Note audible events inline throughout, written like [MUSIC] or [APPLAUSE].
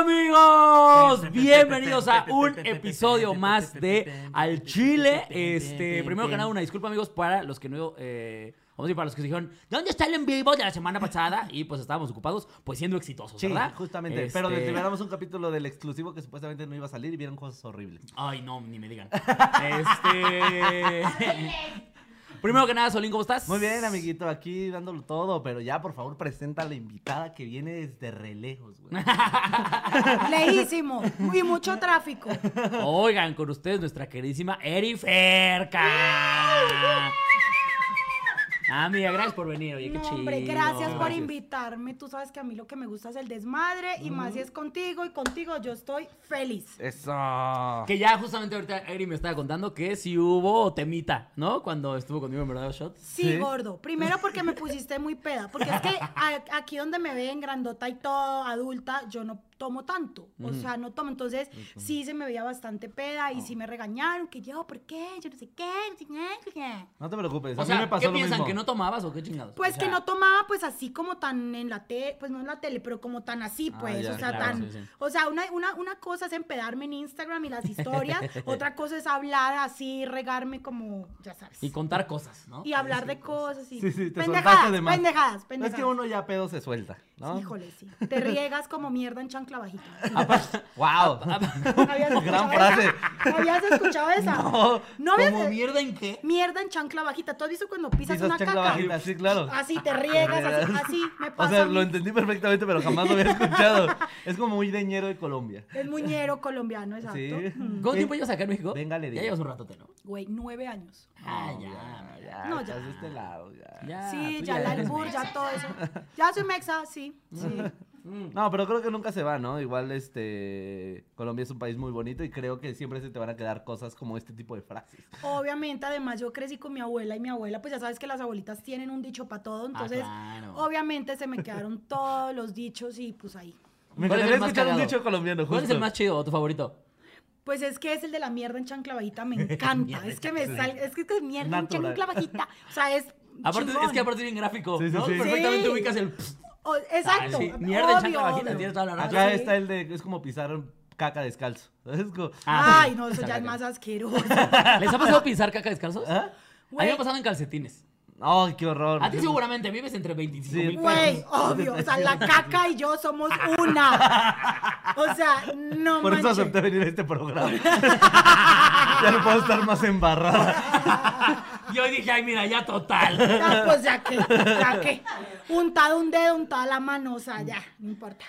amigos? Bienvenidos a un episodio más de Al Chile. Este, primero que nada, una disculpa, amigos, para los que no. eh, Vamos a decir, para los que se dijeron, ¿dónde está el en vivo de la semana [LAUGHS] pasada? Y pues estábamos ocupados, pues siendo exitosos, Sí, ¿verdad? justamente. Este, Pero desvelamos un capítulo del exclusivo que supuestamente no iba a salir y vieron cosas horribles. Ay, no, ni me digan. [LAUGHS] [LAUGHS] Este. [LAUGHS] primero que nada, Solín, ¿cómo estás? Muy bien, amiguito, aquí dándolo todo, pero ya por favor presenta a la invitada que viene desde relejos, [LAUGHS] güey. Lejísimo y mucho tráfico. Oigan, con ustedes nuestra queridísima Eri Ferca. Amiga, Ah, gracias por venir, oye, qué No, chido. hombre, gracias por invitarme. Tú sabes que a mí lo que me gusta es el desmadre y más si es contigo y contigo yo estoy feliz. Eso. Que ya justamente ahorita Eri me estaba contando que sí hubo temita, ¿no? Cuando estuvo conmigo en verdad shot. Sí, ¿Sí? gordo. Primero porque me pusiste muy peda. Porque es que a- aquí donde me ven grandota y todo, adulta, yo no tomo tanto. O sea, no tomo. Entonces, sí se me veía bastante peda y sí me regañaron. Que yo, ¿por qué? Yo no sé qué. no sé qué, no sé qué". No te preocupes, O a mí sea, me pasó ¿qué lo piensan? mismo. ¿Que no tomabas o qué chingados? Pues O sea, que no tomaba, pues así como tan en la tele, pues no en la tele, pero como tan así, Ah, pues. ya, o sea, claro, tan. sí, sí. O sea, una, una, una cosa es empedarme en Instagram y [LAUGHS] las historias, otra cosa es hablar así, regarme como, ya sabes. Y Y, contar cosas, ¿no? hablar de cosas y. pues. Sí, sí, te soltaste pendejadas, de más. pendejadas, Es pendejadas. que uno ya pedo se suelta, ¿no? [LAUGHS] Híjole, sí. Te riegas como mierda en chancla bajita. ¡Wow! Ah, [LAUGHS] ¿Habías escuchado pues, Gran esa? frase. ¿Habías escuchado esa? [LAUGHS] No, habías- ¿Como mierda en qué? Mierda en chancla bajita. ¿Tú has visto cuando pisas, Pisas una chancla caca? bajita, sí, claro. Así [LAUGHS] te riegas, así, así me O pasa. sea, a mí. lo entendí perfectamente, pero jamás lo había [LAUGHS] escuchado. Es como muy deñero de Colombia. Es muñero colombiano, exacto. Sí. Mm. ¿Cuánto tiempo llevas acá en México? Venga, le Ya digo. llevas un ratote, ¿no? Güey, nueve años. Ah, No, ya. ya, No, estás ya. de este lado, ya. Ah, pues Ya, sí, tú ya, la eres albur, mexa. ya todo eso. Ya soy mexa, sí. sí. Ah. No, pero creo que nunca se va, ¿no? Igual, este, Colombia es un país muy bonito y creo que siempre se te van a quedar cosas como este tipo de frases. Obviamente, además, yo crecí con mi abuela y mi abuela, pues ya sabes que las abuelitas tienen un dicho para todo, entonces, Ah, claro. obviamente se [LAUGHS] me quedaron todos los dichos y pues ahí. Me ¿Cuál es el encantaría más escuchar un cagado? dicho colombiano, justo. ¿Cuál es el más chido o tu favorito? Pues es que es el de la mierda en [LAUGHS] chanclavajita, me encanta. es que me sale, es que es mierda en Natural. chanclavajita. O sea, es. [LAUGHS] Aparte, es chingón. que aparte es bien gráfico, Sí, sí, ¿no? sí. Perfectamente Sí. ubicas el... O- exacto. Ah, sí, mierda en obvio, chanclavajita, obvio. Ah, tienes toda la razón. Acá Sí. está el de, es como pisar caca descalzo. [LAUGHS] Es como- Ah, Ay, no, eso ya es más asqueroso. ¿Les ha pasado pisar caca descalzos? ¿Ah? A mí me ha Güey. pasado en calcetines. Ay, qué horror. A ti seguramente vives entre 25 Sí. mil [LAUGHS] Güey, pesos. obvio. O sea, la caca y yo somos una. O sea, no Por eso manches. acepté venir a [LAUGHS] este programa. ya no puedo estar más embarrada. Y hoy dije, ay, mira, ya total. Ya, pues ya que, ya que. Untado un dedo, untada la mano, o sea, ya, no importa.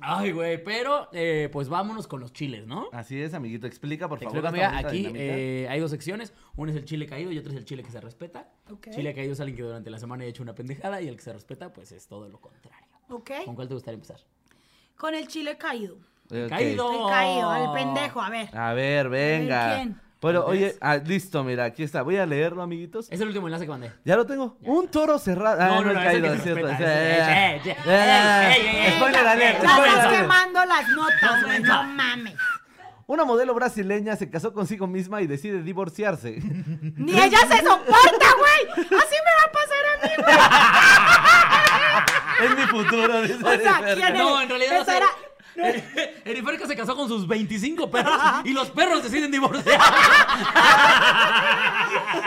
Ay, güey, pero eh, pues vámonos con los chiles, ¿no? Así es, amiguito. Explica, por Te favor. explico, esta amiga, bonita aquí dinámica. eh, hay dos secciones. Uno es el chile caído y otro es el chile que se respeta. Ok. Chile caído es alguien que durante la semana ha hecho una pendejada y el que se respeta, pues es todo lo contrario. ¿Ok? ¿Con cuál te gustaría empezar? Con el chile caído. Ok. Caído. El caído, el pendejo, a ver. A ver, venga. ¿quién? Pero, oye, ¿Ves? ah, listo, mira, aquí está. Voy a leerlo, amiguitos. Es el último enlace que mandé. Ya lo tengo. Un toro cerrado. No, Ah, no, no, no, he es el caído, que es se cierto. respeta, es- ese, eh, ese, eh, ey, ey, ey, eh, ey, Spoiler alert, Ya spoiler estás alert. quemando las notas, güey, no mames. Una modelo brasileña se casó consigo misma y [LAUGHS] decide divorciarse. Ni ella se soporta, güey. Así me va a pasar a mí, güey. es mi futuro. dice O sea, ¿quién No, es? en realidad no Esa sé. [LAUGHS] era- Eriferca se casó con sus 25 [LAUGHS] perros y los perros deciden divorciar.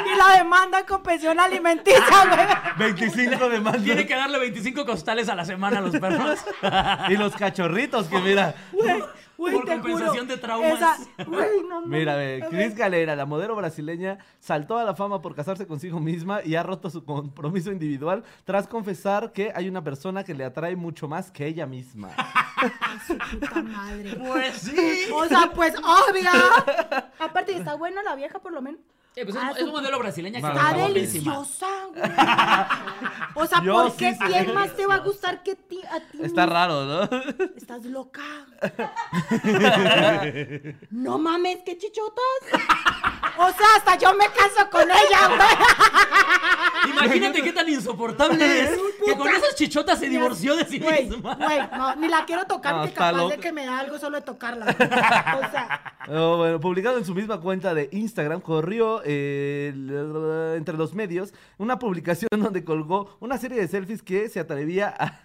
Y la demanda con pensión alimenticia, güey. 25 de más. Tiene que darle 25 costales a la semana a los [LAUGHS] perros. Y los cachorritos que mira. Güey, güey, Por te juro, compensación de traumas. esa- güey, no, no, Mira, no, ve, no, Cris no. Galera, la modelo brasileña, saltó a la fama por casarse consigo misma y ha roto su compromiso individual tras confesar que hay una persona que le atrae mucho más que ella [LAUGHS] misma. Ay, su puta madre. [LAUGHS] Pues sí. O sea, pues obvia. Aparte, está buena la vieja, por lo menos. Eh, pues es, Ah, es un modelo brasileña que Está Está guapísima. deliciosa, güey. [LAUGHS] O sea, Yo ¿por sí qué? sé. ¿Quién más te va a gustar que ti, a ti? Está mismo? raro, ¿no? Estás loca. [LAUGHS] no mames, qué chichotas. O sea, hasta yo me caso con [LAUGHS] ella, güey. Imagínate qué tan insoportable es que con esas chichotas se divorció de sí Güey, misma. güey, no, ni la quiero tocar No, porque está capaz de loca. que me da algo solo de tocarla. güey. O sea. Oh, bueno, publicado en su misma cuenta de Instagram, corrió eh, el- entre los medios una publicación donde colgó una serie de selfies que se atrevía a...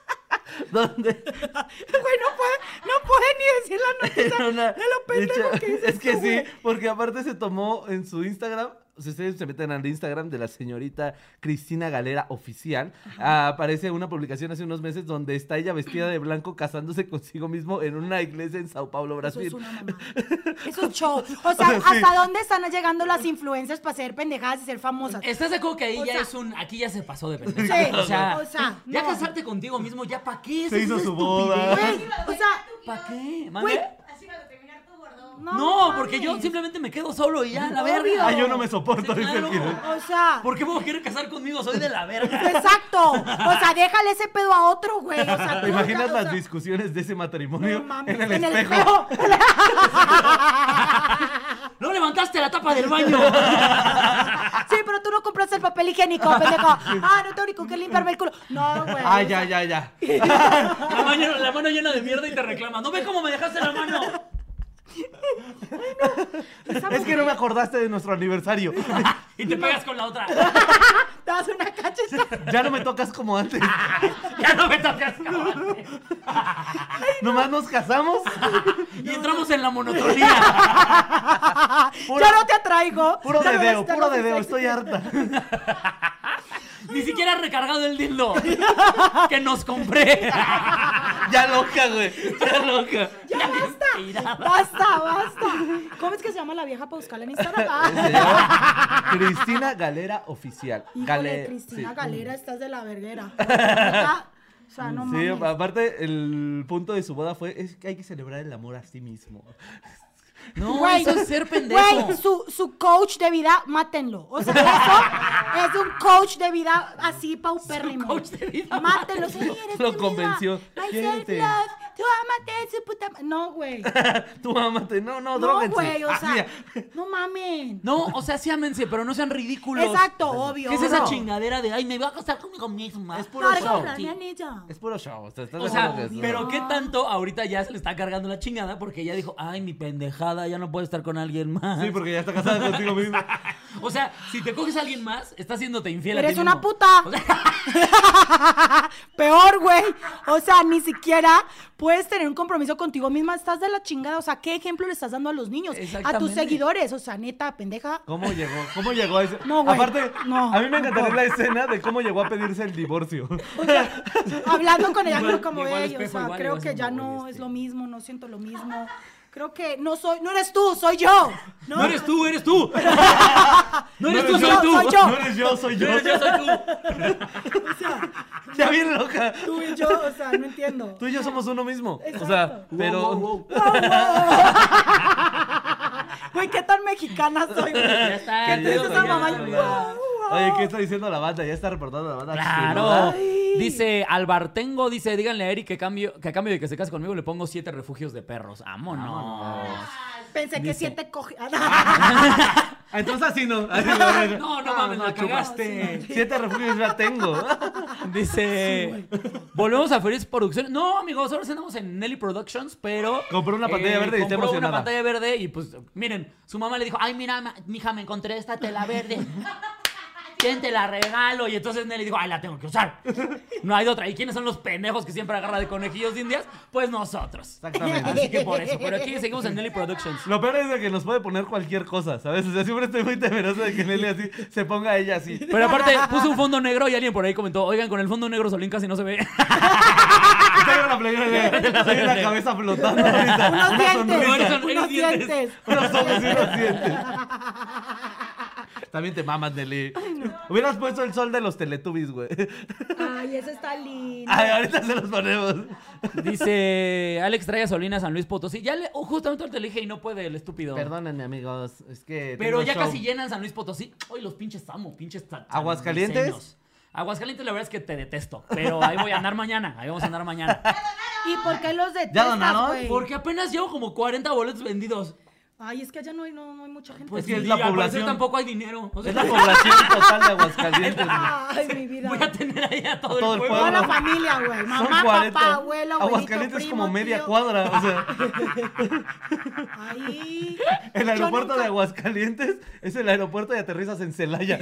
[LAUGHS] donde Güey, no puede, no puede ni decir la noticia era una- de lo pendejo dicha- que dices Es que tú, sí, güey. porque aparte se tomó en su Instagram. Si ustedes se meten al Instagram de la señorita Cristina Galera Oficial, ah, aparece una publicación hace unos meses donde está ella vestida de blanco casándose consigo mismo en una iglesia en Sao Paulo, Eso Brasil. es [LAUGHS] una mamada. Eso es show. O sea, sí. ¿hasta dónde están llegando las influencias para ser pendejadas y ser famosas? ¿Estás de acuerdo que ahí O ya sea- es un. Aquí ya se pasó de pendejo. Sí, o sea, o sea, ya no. casarte contigo mismo, ¿ya para qué? Se hizo su boda. Güey, o sea, ¿Para qué? ¿Mande? Güey, Así vas a terminar tú, gordo. no. No, porque yo mames. simplemente me quedo solo y ya, la Obvio. verga. Ay, yo no me soporto, Sí, dice el claro. Fidel. O [LAUGHS] sea, [LAUGHS] ¿Por qué vos quieres casar conmigo? Soy de la Pues, verga. exacto. O sea, déjale ese pedo a otro, güey. O sea, ¿Te tú, imaginas o las sea, discusiones de ese matrimonio no mames, en el espejo? ¡No levantaste la tapa del baño! [LAUGHS] [LAUGHS] Sí, pero tú no compraste el papel [LAUGHS] higiénico, pendejo. Ah, no tengo ni con qué limpiarme el culo. No, güey. Ay, Ah, ya, ya, ya. La mano, la mano llena de mierda y te reclamas. ¿No ves cómo me dejaste la mano? Esa Es que no me acordaste de nuestro [LAUGHS] aniversario. Y te pegas con la otra. Te das una cacheta. Ya no me tocas como antes. Ya no me tocas. cabrón. Nomás nos casamos. Y entramos en la monotonía. [LAUGHS] Puro- Yo no te atraigo. Puro Ya no dedeo, eres- puro no eres dedeo. sexy. Estoy harta. Ni siquiera has recargado el dildo que nos compré. [LAUGHS] Ya loca, güey. Ya loca. Ya basta. Basta, basta. [LAUGHS] ¿Cómo es que se llama la vieja para buscarla [LAUGHS] en Instagram? Se Ah. llama Cristina Galera Oficial. Híjole, Gale- Cristina sí. Galera, estás de [LAUGHS] la verguera. O sea, no Sí, mames. aparte el punto de su boda fue es que hay que celebrar el amor a sí mismo. [LAUGHS] No, Güey, eso es ser pendejo. Güey, su, su coach de vida, mátenlo. O sea, eso es un coach de vida así paupérrimo. Su coach de vida, Mátenlo. Sí, eres Lo mi vida. convenció. My Quiérete. self-love. Tú amate su puta... ma- No, güey. Tú amate, no, no, No, dróguense. güey, o Ah, sea, mira. no mamen. No, o sea, sí ámense, pero no sean ridículos. Exacto, obvio. ¿Qué es esa No. chingadera de, ay, me voy a casar conmigo misma? Es puro Para show. comprar mi Sí. anillo. Es puro show. O sea, estás O de sea, acuerdo que es- pero no. qué tanto ahorita ya se le está cargando la chingada porque ella dijo, ay, mi pendejada, ya no puedo estar con alguien más. Ah. Sí, porque ya está casada contigo mismo. O sea, si te coges a alguien más, está haciéndote infiel. a ti Eres una mismo. puta. O sea, Peor, güey. O sea, ni siquiera puedes tener un compromiso contigo misma. Estás de la chingada. O sea, ¿qué ejemplo le estás dando a los niños? A tus Exactamente. seguidores. O sea, neta, pendeja. ¿Cómo llegó? ¿Cómo llegó a ese? No, güey, Aparte, no. a mí me encantaría la escena de cómo llegó a pedirse el divorcio. O sea, hablando con ella Igual- creo como igual ellos. O espejo, sea, igual, creo igual que es ya un no güey, es este. lo mismo. No siento lo mismo. Creo que no soy, no eres tú, soy yo. No, no eres tú, eres tú. No eres tú, eres soy yo, tú. soy yo. [LAUGHS] No eres yo, soy No yo. eres yo, soy tú. O sea, Ya bien loca. tú y yo, o sea, no entiendo. Tú y yo somos uno mismo. O sea, Exacto. pero. Wow, wow, wow. Güey, qué tan mexicana soy, güey. [LAUGHS] Ya está, Que te ya digo que está, Ah, esa ya mamá, está, wow, ya. wow. Oye, ¿qué está diciendo la banda? Ya está reportando la banda. Claro. chingona. Dice Albartengo, dice, díganle a Eric que, cambio, que a cambio de que se case conmigo le pongo siete refugios de perros. Vámonos. Pensé que siete coge. Ah, Entonces así no. Así No, no mames, la chupas. cagaste. Siete refugios ya tengo. [LAUGHS] Dice, volvemos a Feliz Producciones. No, amigos, ahora andamos en Nelly Productions, pero... eh, Compró una pantalla verde y compró está una emocionada. pantalla verde y pues, miren, su mamá le dijo, ay, mira, ma- mija, me encontré esta tela [LAUGHS] verde. ¿Quién te la regalo? Y entonces Nelly dijo, ay, la tengo que usar. No hay de otra. ¿Y quiénes son los pendejos que siempre agarra de conejillos de indias? Pues nosotros. Exactamente. Así que por eso. Pero aquí seguimos en Nelly Productions. Lo peor es de que nos puede poner cualquier cosa, ¿sabes? O sea, siempre estoy muy temeroso de que Nelly así se ponga a ella así. Pero aparte, puso un fondo negro y alguien por ahí comentó, oigan, con el fondo negro Solín casi no se ve. Tengo la playera [LAUGHS] de tengo la cabeza flotando ahorita. Unos dientes. sonrisa. Unos Unos dientes. dientes. [LAUGHS] Unos ojos y unos dientes. También te mamas, Nelly. Hubieras puesto el sol de los Teletubbies, güey. Ay, eso está lindo. Ay, ahorita se los ponemos. Dice Alex trae a Solín a San Luis Potosí. Ya le, oh, justamente ahorita le dije y no puede el estúpido. Perdónenme, amigos. Es que. Pero tengo ya show. casi llenan San Luis Potosí. Hoy los pinches amo, pinches sa- ¿Aguascalientes? sanluiseños. Aguascalientes, la verdad es que te detesto. Pero ahí voy a andar mañana. Ahí vamos a andar mañana. ¿Y por qué los detestas, donaron? güey? Porque apenas llevo como 40 boletos vendidos. Ay, es que allá no hay, no, no hay mucha gente. Pues que sí, es la al parecer población. tampoco hay dinero. O sea, Es la población total de Aguascalientes. güey. Ay, mi [LAUGHS] vida. voy a tener ahí a todo, Todo el el pueblo. Toda la pueblo. familia, güey. Son Mamá, 40. papá, abuelo, abuelito, Aguascalientes es como primo, media tío. cuadra. O [LAUGHS] sea, Ahí. [LAUGHS] el Yo aeropuerto de nunca- Aguascalientes es el aeropuerto y aterrizas en [LAUGHS] Celaya.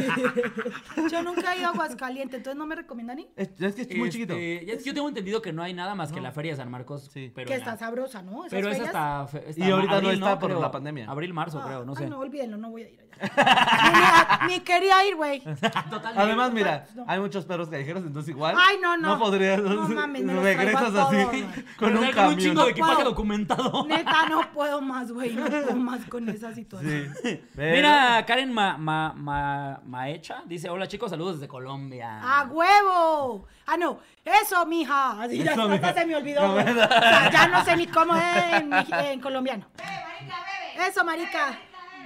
Yo nunca he ido a Aguascalientes, entonces no me recomiendan ir. es, es que es muy Este, chiquito. ya- Yo tengo entendido que no hay nada más que la Feria de San Marcos. Sí. Pero que en la- está sabrosa, ¿no? Esas Pero es ferias. hasta, fe- hasta Y ahorita no abril, está por Creo. la pandemia. Abril, marzo, Ah, creo, no ah, sé. no, olvídenlo, no voy a [LAUGHS] ir allá. ni, ni quería ir, güey. [LAUGHS] Totalmente. Además, mira, No. hay muchos perros callejeros, entonces igual. Ay, no, no. No podrías. No mames, me los regresas traigo a así todos, [LAUGHS] güey. con Pero un hay camión. chingo de equipaje Wow. documentado. Neta, no puedo más, güey. No puedo más con esa situación. [LAUGHS] Sí. Pero- Mira, Karen Ma, Ma, Ma- Maecha dice: Hola chicos, saludos desde Colombia. ¡A huevo! Ah, no. Eso, mija. Así ya Eso, hasta mija. se me olvidó. No, güey. O sea, ya no sé ni cómo es en, en colombiano. Bebe, marica, bebe. Eso, marica.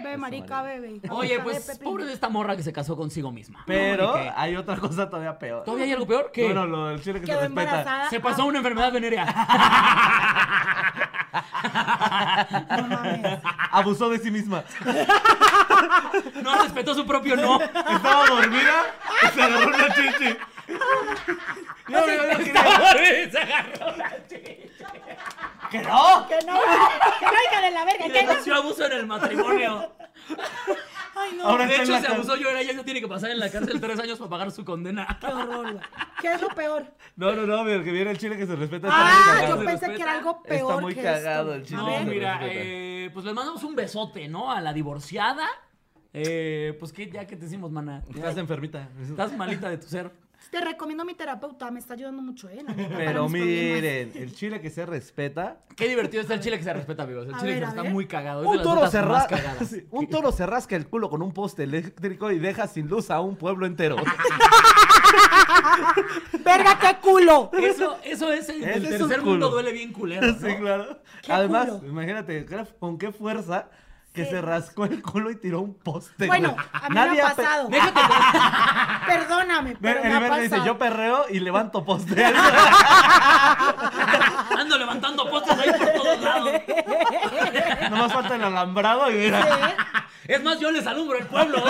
Ve, Eso, marica, marica. bebe. Oye, Ahorita, pues ve, Pepe. pobre de esta morra que se casó consigo misma. Pero ah, No, ni qué. hay otra cosa todavía peor. ¿Todavía hay algo peor? ¿Qué? Bueno, lo del chile que se Quedó respeta. embarazada. Se pasó una enfermedad venérea. [LAUGHS] Ah, [LAUGHS] no mames. Abusó de sí misma. No respetó su propio [LAUGHS] no. Estaba dormida y se agarró una chichi. Yo, yo, yo quería- Estaba- se agarró la chicha. ¡Que no! Que no, que no, hija de la verga. Y Que no. denunció abuso en el matrimonio. Ay, no. Ahora De está en hecho, la se cárcel. abusó yo era ella. Ella tiene que pasar en la cárcel tres años para pagar su condena. Qué horror, güey. ¿Qué es lo [LAUGHS] peor? No, no, no, mira, que viene el chile que se respeta. está muy Ah, cagado. yo se pensé respeta. que era algo Está peor. muy que cagado esto. el chiste. A No, ver. mira, respeta. eh, pues les mandamos un besote, ¿no? A la divorciada. Eh, pues que ya que te hicimos, mana. Estás enfermita. Estás malita de tu ser. Te recomiendo a mi terapeuta, me está ayudando mucho, ¿eh? No, para Pero mis problemas. miren, el chile que se respeta Qué divertido está el chile que se respeta, amigos. El A chile ver, que a está ver. muy cagado. Es de Un las toro, notas se más ra- cagadas. Sí, un toro se rasca el culo con un poste eléctrico y deja sin luz a un pueblo [LAUGHS] entero. [LAUGHS] ¡Verga, qué culo! [LAUGHS] Eso, eso es el, del Ese es un tercer mundo culo. duele bien culero. ¿no? Sí, claro. Qué Además, culo. imagínate gra- con qué fuerza que Sí. se rascó el culo y tiró un poste. Bueno, Este, güey. a mí me ha pe- pasado. Déjate. [LAUGHS] Perdóname, Ver- pero me el ha Iber dice, pasado. yo perreo y levanto [LAUGHS] poste. [LAUGHS] Ando levantando postes ahí por todos lados. Nomás falta el alambrado y Sí, mira, ¿eh? Es más, yo les alumbro el [LAUGHS] pueblo. ¿no?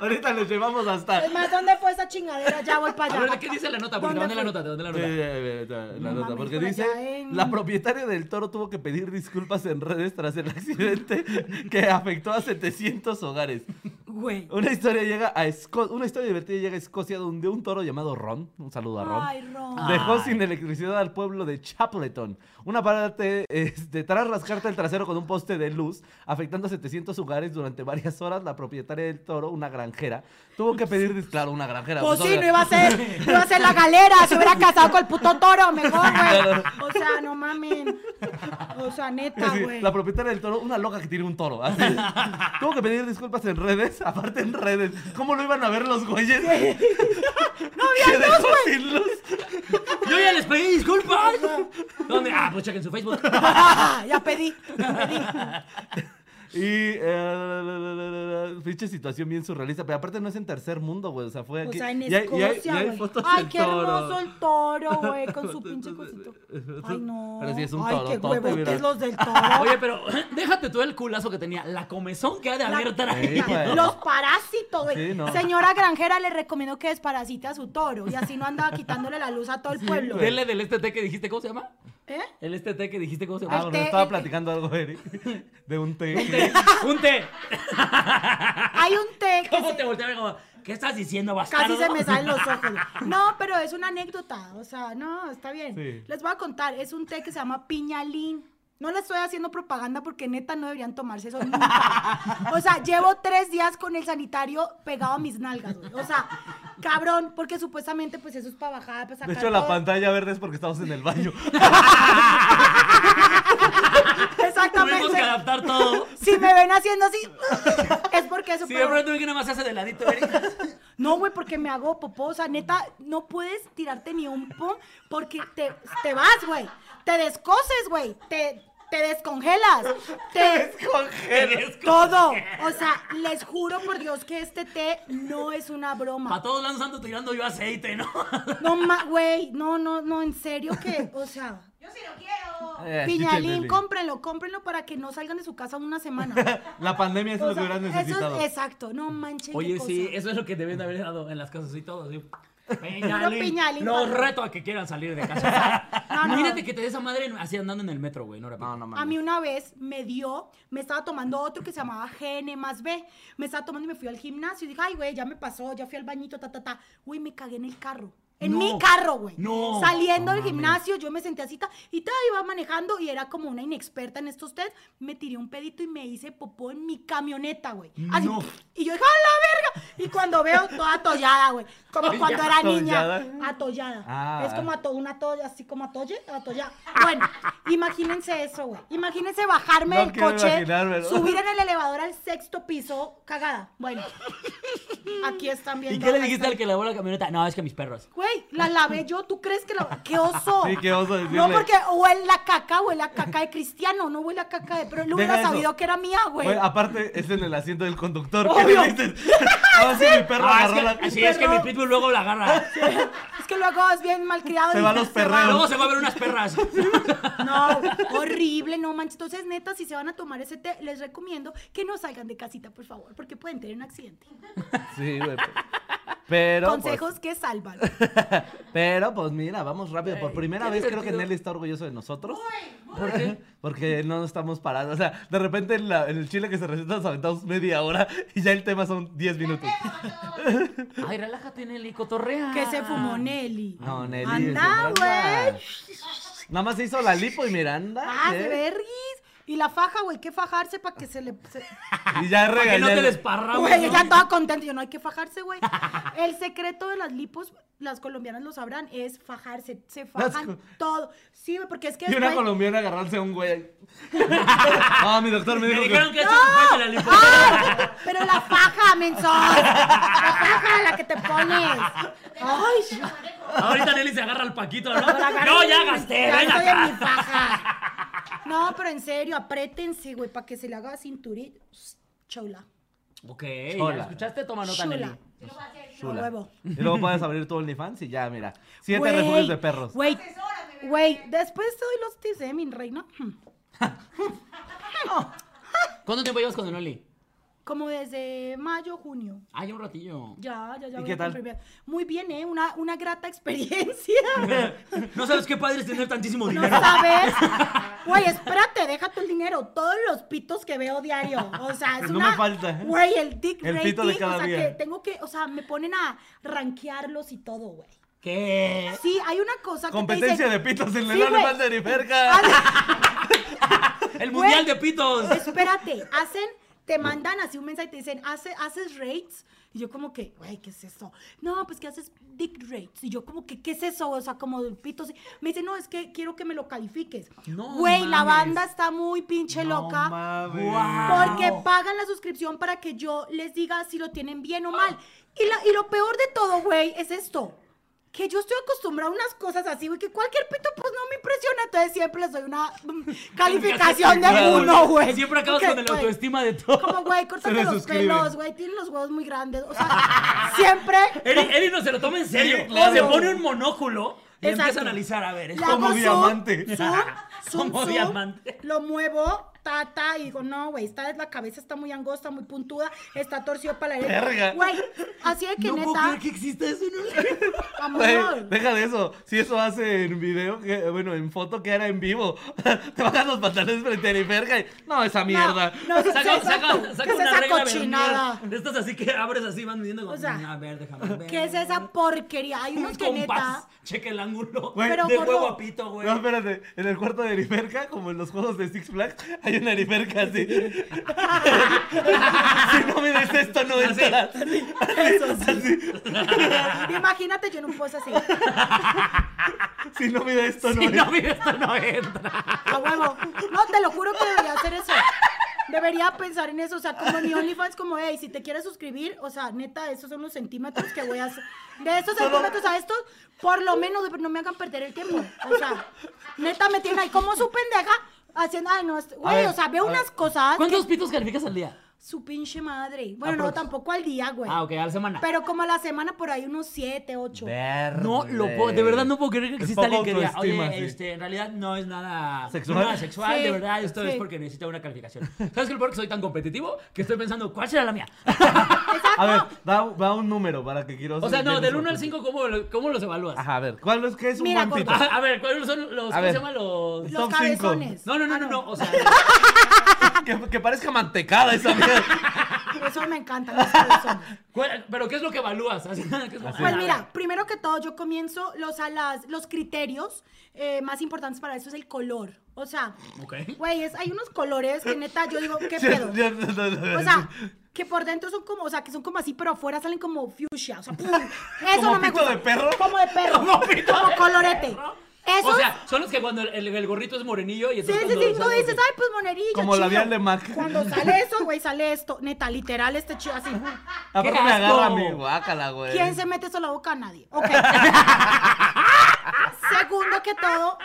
ahorita les llevamos hasta... Es más, ¿dónde fue esa chingadera? Ya voy para A allá. ver, ¿de qué dice la nota? Porque te mandé ¿Dónde la nota, fue? te mandé la Eh, nota. eh, eh, eh, la No nota, mames, porque por allá dice, en- la propietaria del toro tuvo que pedir disculpas en redes tras el accidente [LAUGHS] que afectó a 700 hogares. Güey. Una historia llega a Esco- una historia divertida llega a Escocia donde un toro llamado Ron, un saludo a Ron, Ay, Ron. Ah. dejó Ay. sin electricidad al pueblo de Chapleton. Una parte este, tras rascarte el trasero con un poste de luz, afectando a 700 hogares durante varias horas, la propietaria del toro, una granjera, tuvo que pedir dis- claro, una granjera. Pues sí, obvio. no iba a ser, no iba a ser la galera, se hubiera casado con el puto toro, mejor, güey. O sea, no mamen. O sea, neta, [LAUGHS] Sí, güey. la propietaria del toro, una loca que tiene un toro. [LAUGHS] así. Tuvo que pedir disculpas en redes, [LAUGHS] aparte en redes. ¿Cómo lo iban a ver los güeyes? no había luz, sin luz. Yo ya les pedí disculpas. ¿Dónde? Ah, pues chequen su Facebook. Ah, [LAUGHS] ya pedí, ya pedí. Y eh, pinche situación bien surrealista, pero aparte no es en tercer mundo, güey, o sea, fue O aquí. sea, en y hay- y hay- y Escocia, hay güey. fotos Ay, del qué toro. [LAUGHS] hermoso el toro, güey, con su pinche cosito. Ay, no. Pero sí es un Ay, qué torotote, huevos, mira. que es los del toro. Oye, pero [CLEARS THROAT] déjate tú el culazo que tenía. La comezón que ha de La- haber traído. [LAUGHS] Sí, güey. Los parásitos, güey. Sí, no. Señora granjera, le recomiendo que desparasite a su toro y así no andaba quitándole la luz a todo el pueblo. pues. Dele del este té que dijiste, ¿cómo se llama? ¿Eh? El este té que dijiste, ¿cómo se Ah, llama? El bueno, té, estaba el té. platicando algo, Eric, [LAUGHS] de un té. Un té. Hay un té que ¿Cómo se- te volteaba como, ¿qué estás diciendo, bastardo? casi se me salen los ojos. No, pero es una anécdota, o sea, no, está bien. Sí. Les voy a contar, es un té que se llama piñalín. No le estoy haciendo propaganda porque neta no deberían tomarse eso [LAUGHS] nunca. O sea, llevo tres días con el sanitario pegado a mis nalgas, güey. O sea, cabrón, porque supuestamente pues eso es para bajar, para De sacar hecho, la todo. pantalla verde es porque estamos en el [LAUGHS] baño. [LAUGHS] Tuvimos que Exactamente. adaptar [LAUGHS] todo. Si me ven haciendo así, es porque eso Siempre tuve que nada más se hace de ladito, Erika. No, güey, porque me hago popó. O sea, neta, no puedes tirarte ni un pum porque te, te vas, güey. Te descoses, güey. Te, te [LAUGHS] descongelas. Te... [LAUGHS] Todo. O sea, les juro por Dios que este té no es una Para broma. todos lanzando tirando yo aceite, ¿no? No, ma- güey. No, no, no, en serio que, o sea... Yo sí lo quiero. ¡Bravo! Eh, sí, Piñalín, chévere. cómprenlo, cómprenlo para que no salgan de su casa una [LAUGHS] semana. La pandemia eso es lo que O sea, hubieran eso es- necesitado. exacto, no manchen. Oye, qué sí, cosa. eso es lo que deben de haber dado en las casas y todo. así. Peñalín, Piñalín, los papá. reto a que quieran salir de casa. No, no. Imagínate que te dé esa madre así andando en el metro, güey. No, era No, no mames. A mí una vez me dio, me estaba tomando otro que se llamaba GN más B. Me estaba tomando y me fui al gimnasio. Y dije, ay, güey, ya me pasó, ya fui al bañito, ta, ta, ta. Güey, me cagué en el carro. En No. mi carro, güey. No. No Saliendo del mames. gimnasio, yo me senté así ta, y ta, iba manejando y era como una inexperta en estos test. Me tiré un pedito y me hice popó en mi camioneta, güey. Así. No. Y yo dije, ¡a la verga! Y cuando veo, toda atollada, güey. Como cuando era niña. ¿Atollada? Atollada. Ah. Es como ato- una atolla, así como atolle, atolla. [LAUGHS] Bueno, imagínense eso, güey. Imagínense bajarme No del quiero coche, imaginármelo. subir en el elevador al sexto piso, cagada. Bueno, aquí están viendo. ¿Y qué le la dijiste historia. al que lavó la camioneta? No, es que mis perros. Güey, la lavé yo, ¿tú crees que la... ¡Qué oso! Sí, qué oso No, decirle. porque huele la caca, huele la caca de Cristiano, no huele la caca de... Pero él hubiera Deja eso. sabido que era mía, güey. Güey, aparte, es en el asiento del conductor. ¿Qué Obvio. le dices? [LAUGHS] Ahora sí, mi perro Ah, es agarró que- la- sí, es que mi pitbull luego la [LAUGHS] agarra. Es que luego es bien malcriado. Se y van los perreos. Luego se va a ver unas [LAUGHS] perras. No, horrible, no manches. Entonces, neta, si se van a tomar ese té, les recomiendo que no salgan de casita, por favor, porque pueden tener un accidente. Sí, güey. Pero. Consejos que salvan. Pues, pero, pues mira, vamos rápido. Por Ey, primera qué vez creo que divertido. Nelly está orgulloso de nosotros. Uy, ¿Por qué? Porque no estamos parados. O sea, de repente en, la- en el chile que se receta nos aventamos media hora y ya el tema son 10 minutos. Ay, relájate, Nelly, cotorrea. Que se fumó Nelly. No, Nelly. Anda, es brava. güey. Nada más se hizo la lipo y Miranda. Ah, ¿eh? de verguis. Y la faja, güey, que fajarse para que se le. [LAUGHS] se- Y ya Para que no te regañé. desparramos. Güey, ¿no? ella toda contenta. Yo no hay que [LAUGHS] fajarse, güey. El secreto de las lipos, las colombianas lo sabrán, es fajarse. Se fajan co- todo. Sí, güey, porque es que. Y una después- colombiana agarrarse a un [LAUGHS] güey. No, mi doctor me Me dijo dijeron que... que eso es de la lipo. ¡Ah! ¡Ay! Pero la faja, mensón. La faja la que [LAUGHS] te pones. ¡Ay! Ahorita Nelly se agarra al Paquito, ¿no? la agarré. No, ya gasté, Ya ven estoy en mi acá. faja. No, pero en serio, apriétense, güey, para que se le haga cinturita. Chola. Ok, Chola. ¿ya ¿escuchaste? Toma nota, Chola. Nelly. lo pasé. Chula. huevo. Y luego puedes abrir tu OnlyFans y ya, mira. Siete Güey, refugios de perros. Güey, Asesórame, bebé. güey, después te doy los tips, ¿eh, mi reina? [LAUGHS] Hmm. ¿Cuánto tiempo llevas con el Nelly? Como desde mayo, junio. Ah, ya un [LAUGHS] ratillo. Ya, ya, ya. ¿Y voy qué a tal? comprimir. Muy bien, ¿eh? Una, una grata experiencia. No sabes qué padre es tener tantísimo No dinero. [LAUGHS] sabes. Güey, espérate, déjate el dinero. Todos los pitos que veo diario. O sea, es No una. me falta. ¿eh? Güey, el dick El rating. pito de cada o sea, día. que tengo que. O sea, me ponen a rankearlos y todo, güey. ¿Qué? Sí, hay una cosa que. te Competencia dicen- [LAUGHS] de pitos en Sí, el OnlyFans güey. de Niferca. Ah, El Güey. mundial de pitos. Espérate, hacen. Te mandan así un mensaje y te dicen, ¿Hace, ¿haces rates? Y yo como que, güey, ¿qué es eso? No, pues que haces dick rates. Y yo como que, ¿qué es eso? O sea, como del pito. así. Me dicen, no, es que quiero que me lo califiques. No Güey, la mames. banda está muy pinche loca. mames. Guau. Porque pagan la suscripción para que yo les diga si lo tienen bien o mal. Y, la- y lo peor de todo, güey, es esto. Que yo estoy acostumbrada a unas cosas así, güey, que cualquier pito pues no me impresiona. Entonces siempre les doy una [LAUGHS] mm, calificación de Claro. uno, güey. Siempre acabas Porque, con el güey, autoestima de todo. Como, güey, Se córtate le los suscriben. pelos, güey, tienen los huevos muy grandes. O sea, siempre [LAUGHS] Eri, Eri no se lo toma en serio. Sí, claro. Se pone un monóculo y Exacto. empieza a analizar. A ver, le esto- hago como [LAUGHS] zoom, diamante. zoom, zoom, Como zoom, diamante. Lo muevo, tata, y digo, no, güey, esta es la cabeza, está muy angosta, muy puntuda, está torcido para la Verga. derecha. Güey, así de que no puedo neta, creer que exista eso [LAUGHS] en un Güey, vámonos. deja de eso. Si eso hace en video, que- bueno, en foto que era en vivo. [LAUGHS] Te bajas los pantalones frente a Niferca y. No, esa mierda. [LAUGHS] No, no, Saca, exacto. saca, saca ¿Qué es una esa regla cochinada? vernier. De estas así que abres así, van midiendo. O sea, "Mm, a ver, déjame ver. ¿Qué es esa porquería? Hay Un unos que compás. neta. Checa el ángulo. Güey, Pero, de gordo, huevo a pito, güey. No, [LAUGHS] espérate, en el cuarto de Niferca, como en los juegos de Six Flags, hay una Niferca así. [LAUGHS] si no me des esto, no Así. entras. Eso sí. Imagínate, yo en un post así. Si no me des esto, no si entras. no, mira, esto no entra. A huevo. No, te lo juro que debería hacer eso. Debería pensar en eso. O sea, como mi OnlyFans, como, hey, si te quieres suscribir, o sea, neta, esos son los centímetros que voy a hacer. De esos centímetros a estos, por lo menos, güey, pero no me hagan perder el tiempo. O sea, neta, me tienen ahí como su pendeja haciendo, ay, no, este- A güey, ver, o sea, veo a ver. unas cosas. ¿Cuántos pitos calificas al día? su pinche madre. Bueno, no, Aprox. tampoco al día, güey. Ah, ok, a la semana. Pero como a la semana por ahí unos siete, ocho. No, lo puedo, de verdad no puedo creer que Es exista poca alguien que diga, autoestima, oye, sí. este, en realidad no es nada ¿Sexual? nada sexual, Sí, de verdad, esto es sí. porque necesita una calificación. ¿Sabes qué? Porque soy tan competitivo que estoy pensando, ¿cuál será la mía? A ver, da, da un número para que quiero O sea, no, del 1 al 5, ¿cómo, lo- cómo los evalúas? Ajá, a ver, ¿cuál es que es un Mira, buen tipo? gordo. A, a ver, ¿cuáles son los, A cómo ver. se llaman los...? Los Top cinco. cabezones. No, no, no, Ah, no, no, o sea, [LAUGHS] Que, que parezca mantecada esa mierda. Eso me encanta, los cabezones. ¿cuál- ¿pero qué es lo que evalúas? ¿Qué es lo- Pues mira, primero que todo yo comienzo los, a las, los criterios eh, más importantes para eso es el color. O sea, Ok. güey, es- hay unos colores que neta yo digo, [LAUGHS] [LAUGHS] ¿qué Sí, pedo? sí, no, no, no, O no. sea, que por dentro son como, o sea, que son como así, pero afuera salen como fuchsia. O [LAUGHS] sea, ¡pum! Eso ¿Como no me pito gusta. de perro? Como [LAUGHS] de perro. Como pito Como de colorete. perro. Eso. O sea, son los que cuando el, el- el gorrito es morenillo y Sí, entonces sí, cuando sí, tú sale- dices, ay, pues monerillo, Como chido. labial de Mac. Cuando sale eso, güey, sale esto. Neta, literal, este chido así. Aparte ¡Qué me agarra a asco! mí, guácala, güey. ¿Quién se mete eso a la boca? Nadie. [LAUGHS] Ok. Segundo que todo,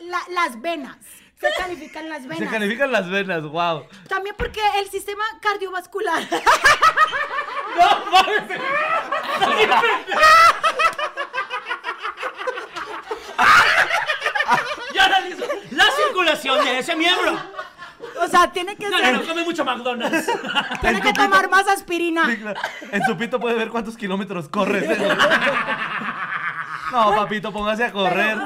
la- las venas. Se califican las Se venas. califican las venas, wow. También porque el sistema cardiovascular. [LAUGHS] ¡No, mames! "Ah". ¡Ya analizo la circulación de ese miembro! o sea, tiene que No, no, ser- no, come mucho McDonald's. [LAUGHS] Tiene que tomar más aspirina. Sí, claro. En su pito puede ver cuántos kilómetros [LAUGHS] corres. No, papito, póngase a correr.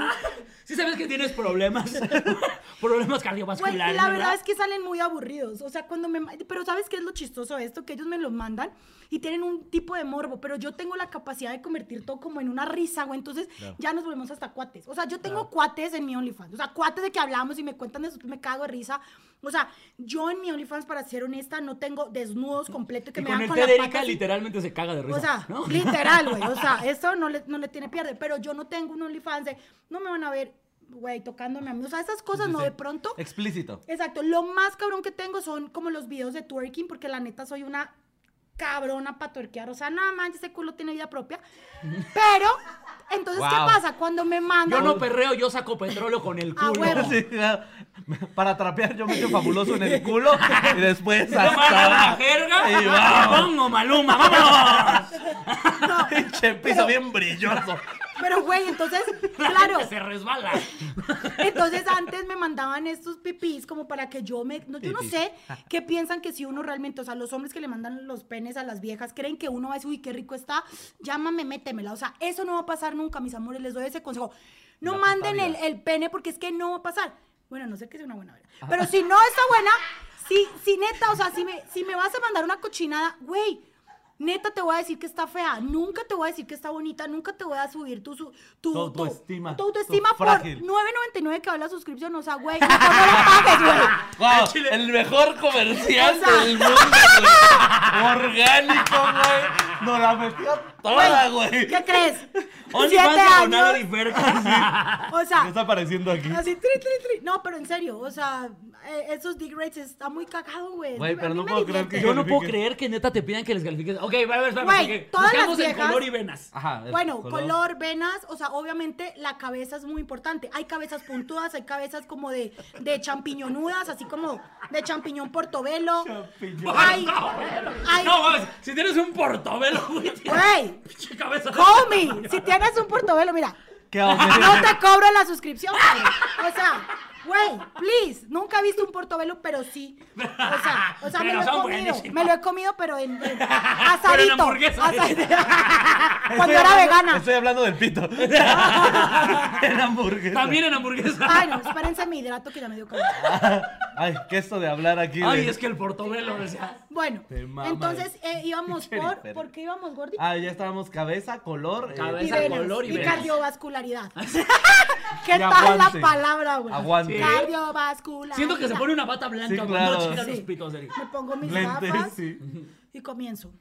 Si sabes que tienes problemas, [LAUGHS] problemas Güey, cardiovasculares. la verdad es que salen muy aburridos. O sea, cuando me. Pero ¿sabes qué es lo chistoso de esto? Que ellos me los mandan y tienen un tipo de morbo, pero yo tengo la capacidad de convertir todo como en una risa, güey. Entonces ya nos volvemos hasta cuates. O sea, yo tengo cuates en mi OnlyFans. O sea, cuates de que hablamos y me cuentan de eso, me cago de risa. O sea, yo en mi OnlyFans, para ser honesta, no tengo desnudos completo y que Y me con hagan el con té la de pata Erika así. literalmente se caga de risa. O sea, ¿no? [LAUGHS] literal, güey. O sea, eso no le, no le tiene pierde. Pero yo no tengo un OnlyFans de, no me van a ver, güey, tocándome a mí. O sea, esas cosas Sí, sí, no sí. de pronto. Explícito. Exacto, lo más cabrón que tengo son como los videos de twerking, porque la neta soy una cabrona para twerkear. O sea, no manches, ese culo tiene vida propia. Pero, entonces, ¿qué Wow. pasa? Cuando me mandan. Yo no perreo, yo saco petróleo con el A culo. [LAUGHS] huevo. Sí, claro. Para trapear yo meto fabuloso en el culo y después No me hagas la hasta... jerga. Sí, me vamos. pongo maluma, vámonos. [LAUGHS] Pinche piso bien brilloso. Pero, güey, entonces, [LAUGHS] La claro. gente se resbala. Entonces antes me mandaban estos pipis como para que yo me... no, yo no Pipis. sé qué piensan que si uno realmente, o sea, los hombres que le mandan los penes a las viejas creen que uno va a decir, uy, qué rico está, llámame, métemela. O sea, eso no va a pasar nunca, mis amores, les doy ese consejo. No La puta manden el, vida. el pene porque es que no va a pasar. Bueno, no sé que sea una buena vela. Pero si no está buena, si, si neta, o sea, si me, si me vas a mandar una cochinada, güey, neta te voy a decir que está fea, nunca te voy a decir que está bonita, nunca te voy a subir tu... su- tu Tu tu- autoestima, Tu autoestima tu por frágil. 9.99 que va la suscripción, o sea, güey, mejor no la pagues, güey. Wow, el mejor comercial O sea- del mundo, güey. Orgánico, güey. Nos la metió toda, güey. ¿Qué crees? OnlyFans Siete de Ronaldo años, y Ferca. O ¿Qué sea, está apareciendo aquí? así tri, tri, tri. No, pero en serio, o sea, eh, esos dick rates está muy cagado, güey. Güey, A mí pero no me puedo creer divierte. Yo no puedo Califiquen. creer que neta te pidan que les califiques. Ok, va a ver, va a ver, Güey, porque todas las buscamos en viejas- color y venas. Ajá. el Bueno, color. venas, o sea, obviamente la cabeza es muy importante. Hay cabezas puntudas, hay cabezas como de, de champiñonudas, así como de champiñón portobelo. Champiñón. [LAUGHS] Ay, Portobelo. [LAUGHS] ay. No, mames, si tienes un portobelo, [LAUGHS] güey. tienes Güey, pinche cabeza. Comi, [LAUGHS] si tienes un portobelo, mira, ¿Qué no hombre? te cobro la suscripción. güey. O sea, güey, please, nunca he visto un portobelo, pero sí. O sea, o sea me Pero lo he son comido, buenísimos. me lo he comido, pero en, en asadito. hamburguesa. [LAUGHS] asadito. Estoy Cuando era hablando- vegana. Estoy hablando del pito. el hamburguesa. También en hamburguesa. Ay, no, espérense mi hidrato que ya me dio calor. Ay, que esto de hablar aquí. Ay, de- es que el portobelo, o sea. Bueno, Te mamas. entonces eh, íbamos Pinche por, diferente. ¿por qué íbamos gordito? Ah, ya estábamos cabeza, color. eh, Cabeza, y esa venas, color y y, venas. [LAUGHS] cardiovascularidad. [LAUGHS] ¿Qué Y tal aguante. la palabra, güey? Aguante. Cardiovascular. Siento que se pone una bata blanca Sí, cuando claro. checan Sí. los picos, Eric. Me pongo mis lentes, gafas. sí. Y comienzo.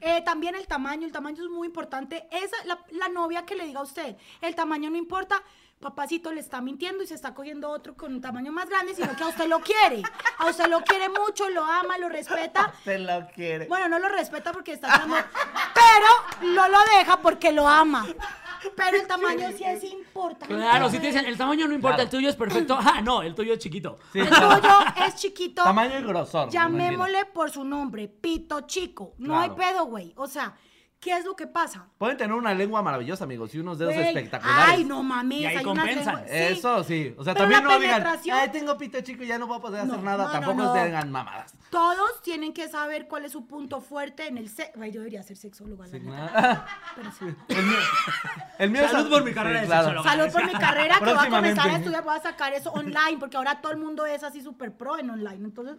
Eh, también el tamaño, el tamaño es muy importante. Esa, la, la novia que le diga a usted, el tamaño no importa, papacito le está mintiendo y se está cogiendo otro con un tamaño más grande, sino que a usted lo quiere. A usted lo quiere mucho, lo ama, lo respeta. Se lo quiere. Bueno, no lo respeta porque está haciendo, pero no lo deja porque lo ama. Pero el tamaño sí es importante. Claro, si te dicen, el el tamaño no importa, Claro. el tuyo es perfecto. [LAUGHS] Ah, no, el tuyo es chiquito. Sí, [LAUGHS] claro. tuyo es chiquito. Tamaño y grosor. me imagino. Llamémosle por su nombre, pito chico. No hay Claro. pedo, güey. O sea, ¿qué es lo que pasa? Pueden tener una lengua maravillosa, amigos, y unos dedos Güey, espectaculares. Ay, no mames. Y ahí hay compensan. unas lenguas- sí. Eso sí. O sea, Pero también la no digan, penetración- ay, tengo pito chico y ya no voy a poder hacer No, nada. no, no, Tampoco no. se hagan mamadas. Todos tienen que saber cuál es su punto fuerte en el sexo. Yo debería ser sexóloga. la Sí, neta. nada. Pero sí. [LAUGHS] El mío, el mío es- Salud por mi carrera de sexóloga. Salud por mi carrera, que voy a comenzar a Próximamente. estudiar, voy a sacar eso online, porque ahora todo el mundo es así súper pro en online. Entonces,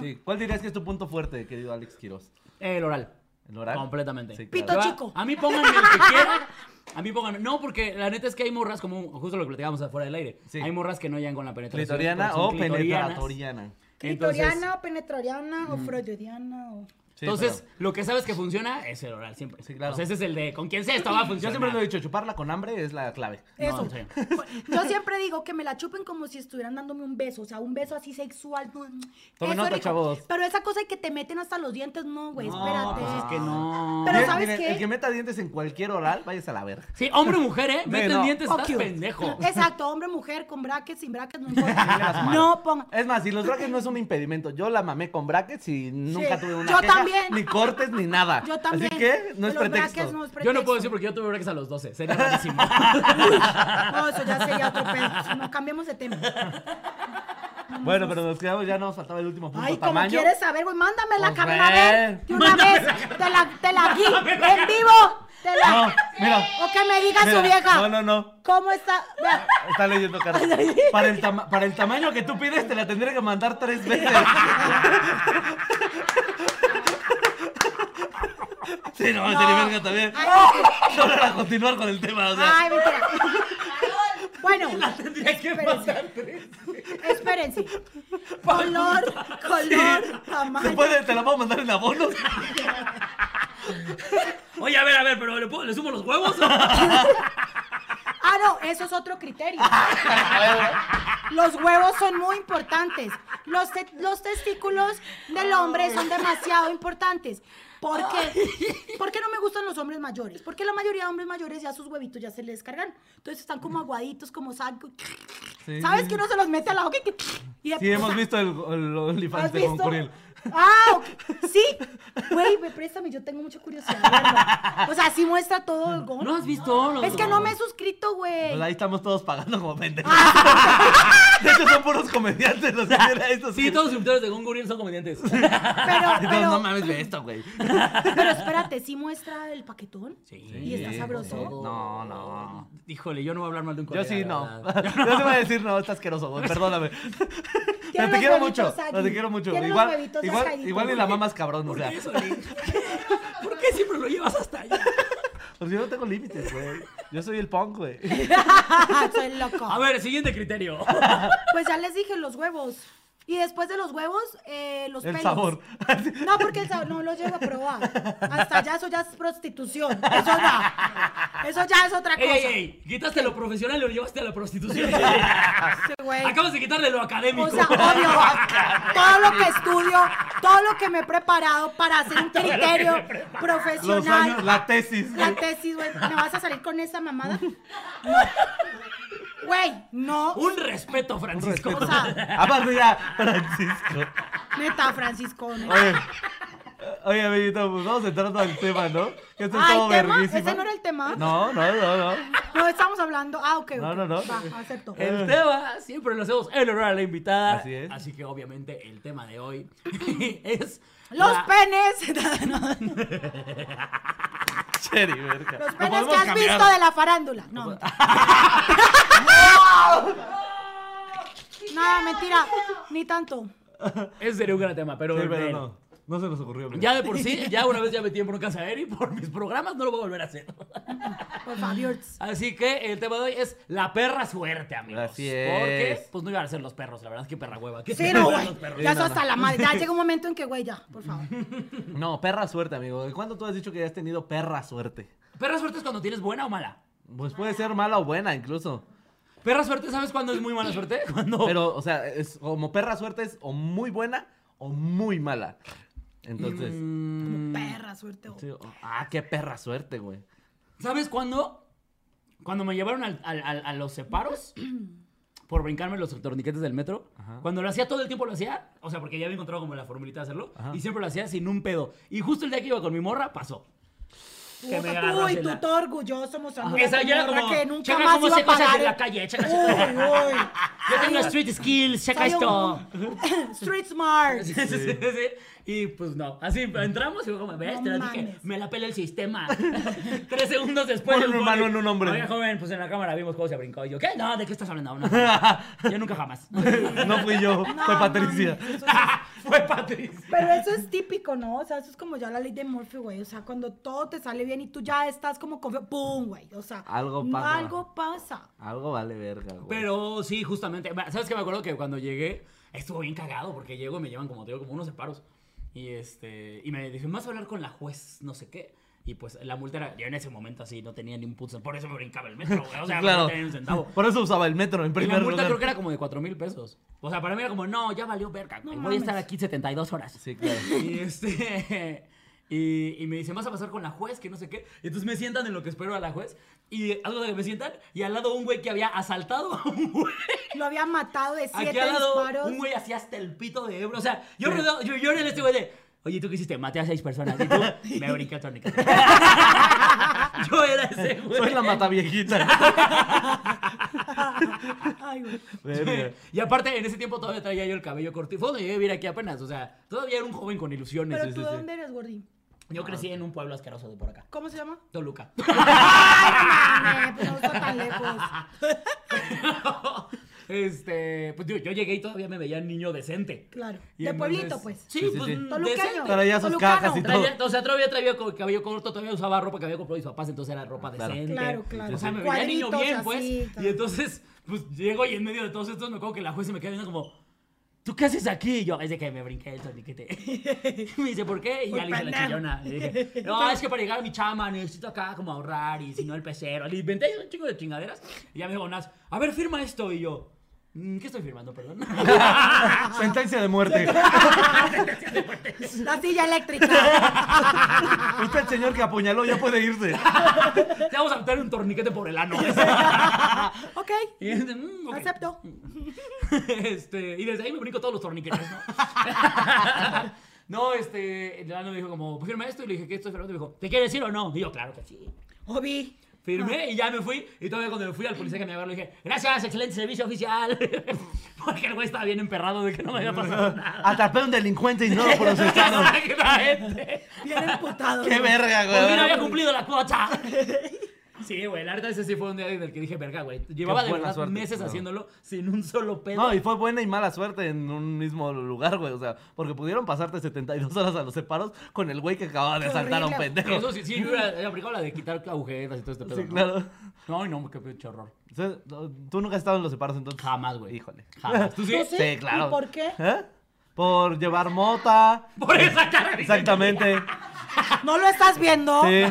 Sí. ¿Cuál dirías que es tu punto fuerte, querido Alex Quiroz? El oral. ¿El oral? Completamente. Sí, Pito claro. Yo a- chico. A mí pónganme el que quieran. A mí pónganme. No, porque la neta es que hay morras, como justo lo que platicábamos afuera del aire. Sí. Hay morras que no llegan con la penetración. ¿Clitoriana pero son o clitorianas. penetratoriana? Entonces- clitoriana, o penetroriana, o freudiana, o... Sí, Entonces, pero- lo que sabes que funciona es el oral siempre. Sí, claro. O sea, ese es el de con quién se esto va a yo funcionar. siempre lo he dicho, chuparla con hambre es la clave. Eso. sí. [LAUGHS] Yo siempre digo que me la chupen como si estuvieran dándome un beso, o sea, un beso así sexual. no, Tomen eso nota, rico. chavos. Pero esa cosa de que te meten hasta los dientes, no, güey, No, espérate. pues es que no. Pero Bien, ¿sabes miren, qué? El que meta dientes en cualquier oral, vayas a la verga. Sí, hombre o mujer, ¿eh? Meten no. dientes, Oh, estás cute. pendejo. Exacto, hombre, mujer, con brackets, [LAUGHS] sin brackets, no Chingue a su importa. madre. no ponga. Es más, si los brackets no es un impedimento, yo la mamé con brackets y nunca tuve una Yo queja, también. ni cortes ni nada. Yo también. Así que no es Los brackets pretexto. no es Yo no puedo decir pretexto. porque yo tuve breaks a los 12. Sería rarísimo. [LAUGHS] No, eso ya sería otro pedo. No, cambiemos de tema. Bueno, pero nos quedamos, ya nos faltaba el último punto. Ay, como tamaño. quieres saber, güey, mándame la Pues cámara a ve. ver. De una vez, te la, te la aquí, en vivo. Te la... No, mira. O que me diga Mira, su vieja. No, no, no. ¿Cómo está? [LAUGHS] Vea, Está leyendo Carlos. Para el, tama- para el tamaño que tú pides, te la tendré que mandar tres veces. sí, no, sería verga también. Ay, No para continuar con el tema, o sea. Ay, mentira. Bueno, [LAUGHS] Tendría que Espérense. pasar tres. espérense. Color, color, ¿se tamaño. puede, ¿Te la puedo mandar en abonos? Oye, a ver, a ver, pero ¿le, puedo- le sumo los huevos? Ah, no, eso es otro [LAUGHS] criterio. Ah, Los huevos son muy importantes. Los, te- los testículos del hombre son demasiado importantes. ¿Por qué? ¿Por qué no me gustan los hombres mayores? Porque la mayoría de hombres mayores ya sus huevitos ya se les descargan. Entonces están como aguaditos, como saco. Sí. ¿Sabes que uno se los mete a la boca y que... y de- Sí, hemos visto el, el OnlyFans ¿Has de visto? Concuriel. Ah, ok. sí. Güey, me préstame, yo tengo mucha curiosidad. de verlo. O sea, sí muestra todo el gol. ¿No has visto? los- es que no me he suscrito, güey. Pues ahí estamos todos pagando como pendejos. Ah. [LAUGHS] De hecho, son puros comediantes los que tienen a estos. Sí, todos los invitados de Gonguriel son comediantes. Pero, Y todos, [LAUGHS] pero, no mames de esto, güey. pero espérate, sí muestra el paquetón. Y está sabroso. No, no. Híjole, yo no voy a hablar mal de un Yo colega. sí, la no. verdad. [LAUGHS] Yo te voy a decir, no, está asqueroso, güey, perdóname. Pero los te quiero huevitos mucho, allí. pero te quiero mucho. Tiene los Igual, huevitos igual, asaditos. igual y [LAUGHS] la mamas cabrón, o ¿Por sea. qué eso, Lin? ¿Por qué siempre lo llevas hasta allá? Pues yo no tengo límites, güey. Yo soy el punk, güey. [LAUGHS] Ah, Soy loco. A ver, siguiente criterio. Pues ya les dije los huevos. Y después de los huevos, eh, los El pelos. sabor. [LAUGHS] No, porque el sabor no lo llevo a probar. Hasta allá eso ya es prostitución. Eso ya. Eso ya es otra Ey, cosa. ey, ey, quitaste lo profesional y lo llevaste a la prostitución. Sí, güey. Acabas de quitarle lo académico. O sea, obvio, todo lo que estudio, todo lo que me he preparado para hacer un criterio Los años, profesional. la tesis. La güey. tesis, güey, ¿me vas a salir con [LAUGHS] esa mamada? No. Güey, no. Un respeto, Francisco. Respeto. o sea- [LAUGHS] Aparte ya, Francisco. Neta, Francisco. neta. Oye, oye, amiguito, pues vamos entrando al tema, ¿no? Que esto es Ah, ¿el todo tema? este verguísima. ¿Ese no era el tema? No, no, no, no. No estamos hablando. Ah, ok, ok. No, no, Eh, no. Va, acepto. El tema siempre lo hacemos el oral a la invitada. Así es. Así que obviamente el tema de hoy [LAUGHS] es. Los la- penes. No, Cheri, verga. Los ¿Lo penes que podemos has cambiar? visto de la farándula. No. [LAUGHS] mentira. no, mentira. Ni tanto. Ese sería un gran tema, pero. Sí, pero eh, no. No se nos ocurrió. mira. Ya de por sí, ya una vez ya metí en broncas a Eri por mis programas, no lo voy a volver a hacer. Por favor. Así que el tema de hoy es la perra suerte, amigos. Así es. Porque, pues no iban a ser los perros, la verdad, qué perra hueva. ¿Qué Sí, no, perra güey. los perros? Ya Sí, no, eso hasta la madre. Ya llega un momento en que, güey, ya, por favor. No, perra suerte, amigo. ¿Cuándo tú has dicho que has tenido perra suerte? Perra suerte es cuando tienes buena o mala. Pues puede ser mala o buena, incluso. Perra suerte, ¿sabes cuándo es muy mala suerte? Cuando. [LAUGHS] Pero, o sea, es como perra suerte es o muy buena o muy mala. Entonces, Mm, Perra, suerte. oh. [LAUGHS] sí, o- ah, qué perra suerte, güey. ¿Sabes cuándo? Cuando me llevaron al- al- al- a los [CLEARS THROAT] separos por brincarme los torniquetes del metro, Ajá. cuando lo hacía todo el tiempo lo hacía, o sea, porque ya había encontrado como la formulita de hacerlo, Ajá. y siempre lo hacía sin un pedo. Y justo el día que iba con mi morra, pasó. Que me agarras Uy, en tú la- todo orgulloso mostrando Esa yo era como, que nunca checa más cómo iba se a cosas pagar. en la el- calle, checa Uy, uy. Yo tengo street skills, checa Soy esto. un- Street smart. [LAUGHS] Sí, sí, sí, sí. Y pues no, así entramos y fue como, ¿ves? No Te lo dije, mames. me la peló el sistema. [LAUGHS] Tres segundos después. Por un el humano poli, en un hombre. Oiga, joven, pues en la cámara vimos cómo se brincó. Y yo, ¿qué? No, ¿de qué estás hablando? [LAUGHS] No, no. yo nunca [LAUGHS] jamás. [LAUGHS] No fui [LAUGHS] yo, No, fue Patricia. mames, eso es- fue Patricia. Pero eso es típico, ¿no? O sea, eso es como ya la ley de Murphy, güey. O sea, cuando todo te sale bien y tú ya estás como confiado, ¡pum, güey! O sea, Algo pasa. Algo pasa. Algo vale verga, güey. Pero sí, justamente. ¿Sabes qué? Me acuerdo que cuando llegué estuvo bien cagado porque llego y me llevan como, te digo, como unos separos. Y este y me dicen, vas a hablar con la juez, no sé qué. Y pues la multa era, yo en ese momento así no tenía ni un pulso. Por eso me brincaba el metro, güey. O [LAUGHS] sea, Claro. no tenía ni un centavo. Por eso usaba el metro en Y la primer multa lugar. creo que era como de 4 mil pesos. O sea, para mí era como, no, ya valió verga. güey. No Voy a estar mames. aquí 72 horas. Sí, [LAUGHS] claro. Y este. [LAUGHS] Y, y me dicen, vas a pasar con la juez, que no sé qué. Y entonces me sientan en lo que espero a la juez. Y algo de que me sientan. Y al lado un güey que había asaltado a un güey. Lo había matado de siete Aquí al lado disparos. un güey así hasta el pito de Ebro. O sea, yo, rodeo- yo, yo en este güey de. Oye, ¿tú qué hiciste? Maté a seis personas. Y tú, [LAUGHS] me brinqué el torniquete. yo era ese güey. Soy [LAUGHS] la mataviejita. Ay, güey. [LAUGHS] Verga. Y aparte, en ese tiempo todavía traía yo el cabello corto. Y fue donde llegué a vivir aquí apenas. O sea, todavía era un joven con ilusiones. Pero Sí, tú, sí, ¿de sí. dónde eres, Gordi? Yo Ah, crecí en un pueblo asqueroso de por acá. ¿Cómo se [LAUGHS] llama? [LAUGHS] Toluca. Ah. Ay, pues no está tan lejos. este, pues yo, yo llegué y todavía me veía niño decente. Claro. Y de entonces- pueblito, pues. Sí, Sí, sí, pues sí. Toluqueño. decente. Traía sus Tolucano. cajas y todo. Traía- o sea, todavía traía co- cabello corto, todavía usaba ropa que había comprado mis papás, entonces era ropa Claro. decente. Claro, claro. O sea, me veía niño Cuadritos bien, así, pues. claro. Y entonces, pues llego y en medio de todos estos me acuerdo que la juez se me queda viendo como, ¿tú qué haces aquí? Y yo, es de que me brinqué el torniquete. [LAUGHS] me dice, ¿por qué? Y Por ya le hice la pendejo. chillona. Le [LAUGHS] dije, no, es que para llegar a mi chama necesito acá como ahorrar y si no el pecero. Le inventé un chingo de chingaderas. Y ya me dijo, Nas, a ver, firma esto. Y yo, "Mm, ¿qué estoy firmando? Perdón. [LAUGHS] Sentencia de muerte. La silla eléctrica. Usted, señor que apuñaló, ya puede irse. Te vamos a meter un torniquete por el ano. [LAUGHS] ok, Y es de, "Mm, ok". acepto. [LAUGHS] este, y desde ahí me brinco todos los torniquetes, ¿no? [LAUGHS] no, este, el ano me dijo como, "Pues firma esto y le dije que esto es firmado. Y me dijo, ¿te quieres ir o no? Y yo, claro que sí. Obi. Firmé y ya me fui. Y todavía cuando me fui al policía que me agarró le dije, gracias, excelente servicio oficial. [LAUGHS] Porque el güey estaba bien emperrado de que no me había [LAUGHS] pasado nada. Atrapé a un delincuente y no [LAUGHS] lo procesaron. Exactamente. [LAUGHS] Bien Pues emputado. ¡Qué verga, Porque no había güey! cumplido la cuota. [LAUGHS] Sí, güey, la verdad ese sí fue un día en el que dije, verga, güey. Llevaba de buena verdad suerte, meses no. haciéndolo sin un solo pedo. No, y fue buena y mala suerte en un mismo lugar, güey. O sea, porque pudieron pasarte 72 horas a los separos con el güey que acababa de Qué asaltar a un horrible. pendejo. Eso sí, sí, yo hubiera hubiera aplicado la de quitar agujetas y todo este pedo. Sí, ¿no? claro. No, ay, no, qué pinche horror. O sea, Tú nunca has estado en los separos entonces. Jamás, güey. Híjole. Jamás. ¿Tú sí? No sé. Sí, claro. ¿Y por qué? ¿Eh? Por llevar mota. Por esa cara. dice. [LAUGHS] Exactamente. ¿No lo estás viendo? Sí.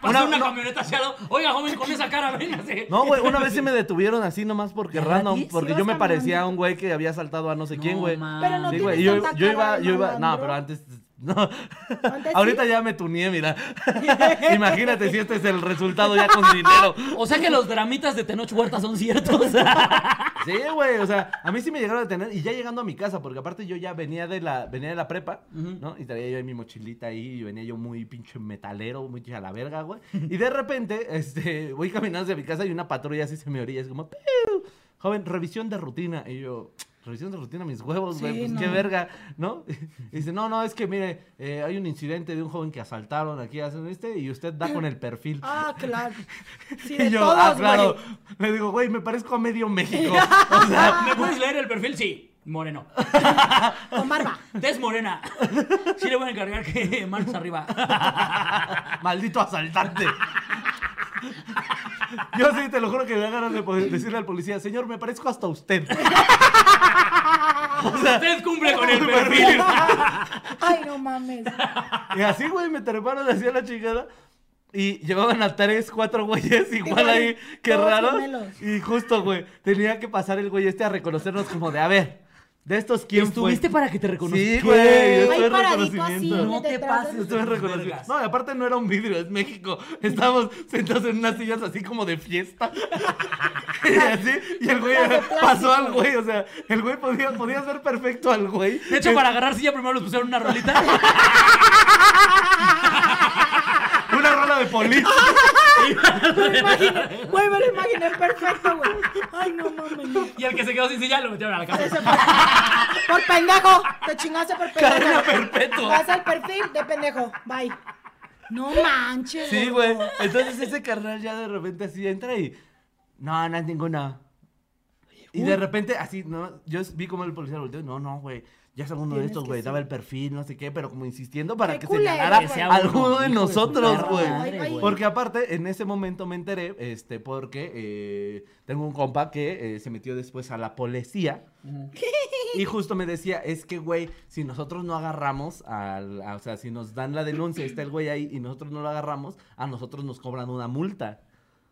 Pasó una, Una- no- camioneta hacia lado. Oiga, joven, con esa cara, véngase. No, güey, una vez sí me detuvieron así nomás porque random, Sí, porque vas yo me caminando. parecía a un güey que había asaltado a no sé No, quién, güey. ma. Pero no Sí, tienes güey, yo, tanta yo cara iba, de yo iba, no, malandro. pero antes, no. ¿Antes Ahorita sí? ya me tuneé, [LAUGHS] mira. Imagínate si este es el resultado ya con dinero. O sea que los dramitas de Tenoch Huerta son ciertos. [LAUGHS] Sí, güey, o sea, a mí sí me llegaron a detener y ya llegando a mi casa, porque aparte yo ya venía de la venía de la prepa, ¿no? Y traía yo ahí mi mochilita ahí y venía yo muy pinche metalero, muy a la verga, güey. Y de repente, este, voy caminando hacia mi casa y una patrulla así se me orilla, es como, "Piu, joven, revisión de rutina. Y yo, revisión de rutina, mis huevos, güey, Sí, pues no. qué verga, ¿no? Y dice, no, no, es que mire, eh, hay un incidente de un joven que asaltaron aquí, hacen este, y usted da con el perfil. Ah, claro. Sí, [LAUGHS] de Y yo, todos, ah, claro. güey. Le digo, güey, me parezco a medio [LAUGHS] México. O sea, ¿Me puedes leer el perfil? Sí. Moreno. Con [LAUGHS] barba. Des Morena. Sí le voy a encargar que manos arriba. [LAUGHS] Maldito asaltante. Yo sí, te lo juro que me da ganas de poder decirle al policía, señor, me parezco hasta usted. [LAUGHS] Usted cumple con el perfil. Ay, no mames. Y así, güey, me treparon hacia la chingada. Y llevaban a tres, cuatro güeyes igual ahí, qué Todos raro. gemelos. Y justo, güey, tenía que pasar el güey este a reconocernos como de, a ver, De estos, ¿quién Estuviste fue? para que te reconocieran. Sí, güey. yo Ahí estuve en paradito así, reconocimiento. No te detrás pases. del- Estuve en reconocimiento. No, y aparte no era un vidrio, es México. Estábamos sentados en unas sillas así como de fiesta. [LAUGHS] y así, y el güey Las de plástico. pasó al güey, o sea, el güey podía, podía ser perfecto al güey. De hecho, para agarrar silla primero les pusieron una rolita. Una rola de [LAUGHS] polis. Me lo imaginé, Güey, me lo imaginé perfecto, güey. Ay, no mames. no. Y el que se quedó sin silla lo metieron a la Ese casa. fue- Por pendejo. Te chingaste por pendejo. Cadena perpetua. Vas al perfil de pendejo. Bye. No manches. Sí, gordo. güey. Entonces ese carnal ya de repente así entra y. No, no es ninguna. Y de repente, así, no, yo vi como el policía volteó. No, no, güey. Ya es alguno de Tienes estos, que güey. ser. Daba el perfil, no sé qué, pero como insistiendo para Qué que culero, señalara Que sea a uno, alguno de hijo de su nosotros, perra madre, güey. güey. Porque aparte, en ese momento me enteré, este, porque eh, tengo un compa que eh, se metió después a la policía. Y justo me decía, es que, güey, si nosotros no agarramos, al, a- o sea, si nos dan la denuncia, está el güey ahí y nosotros no lo agarramos, a nosotros nos cobran una multa.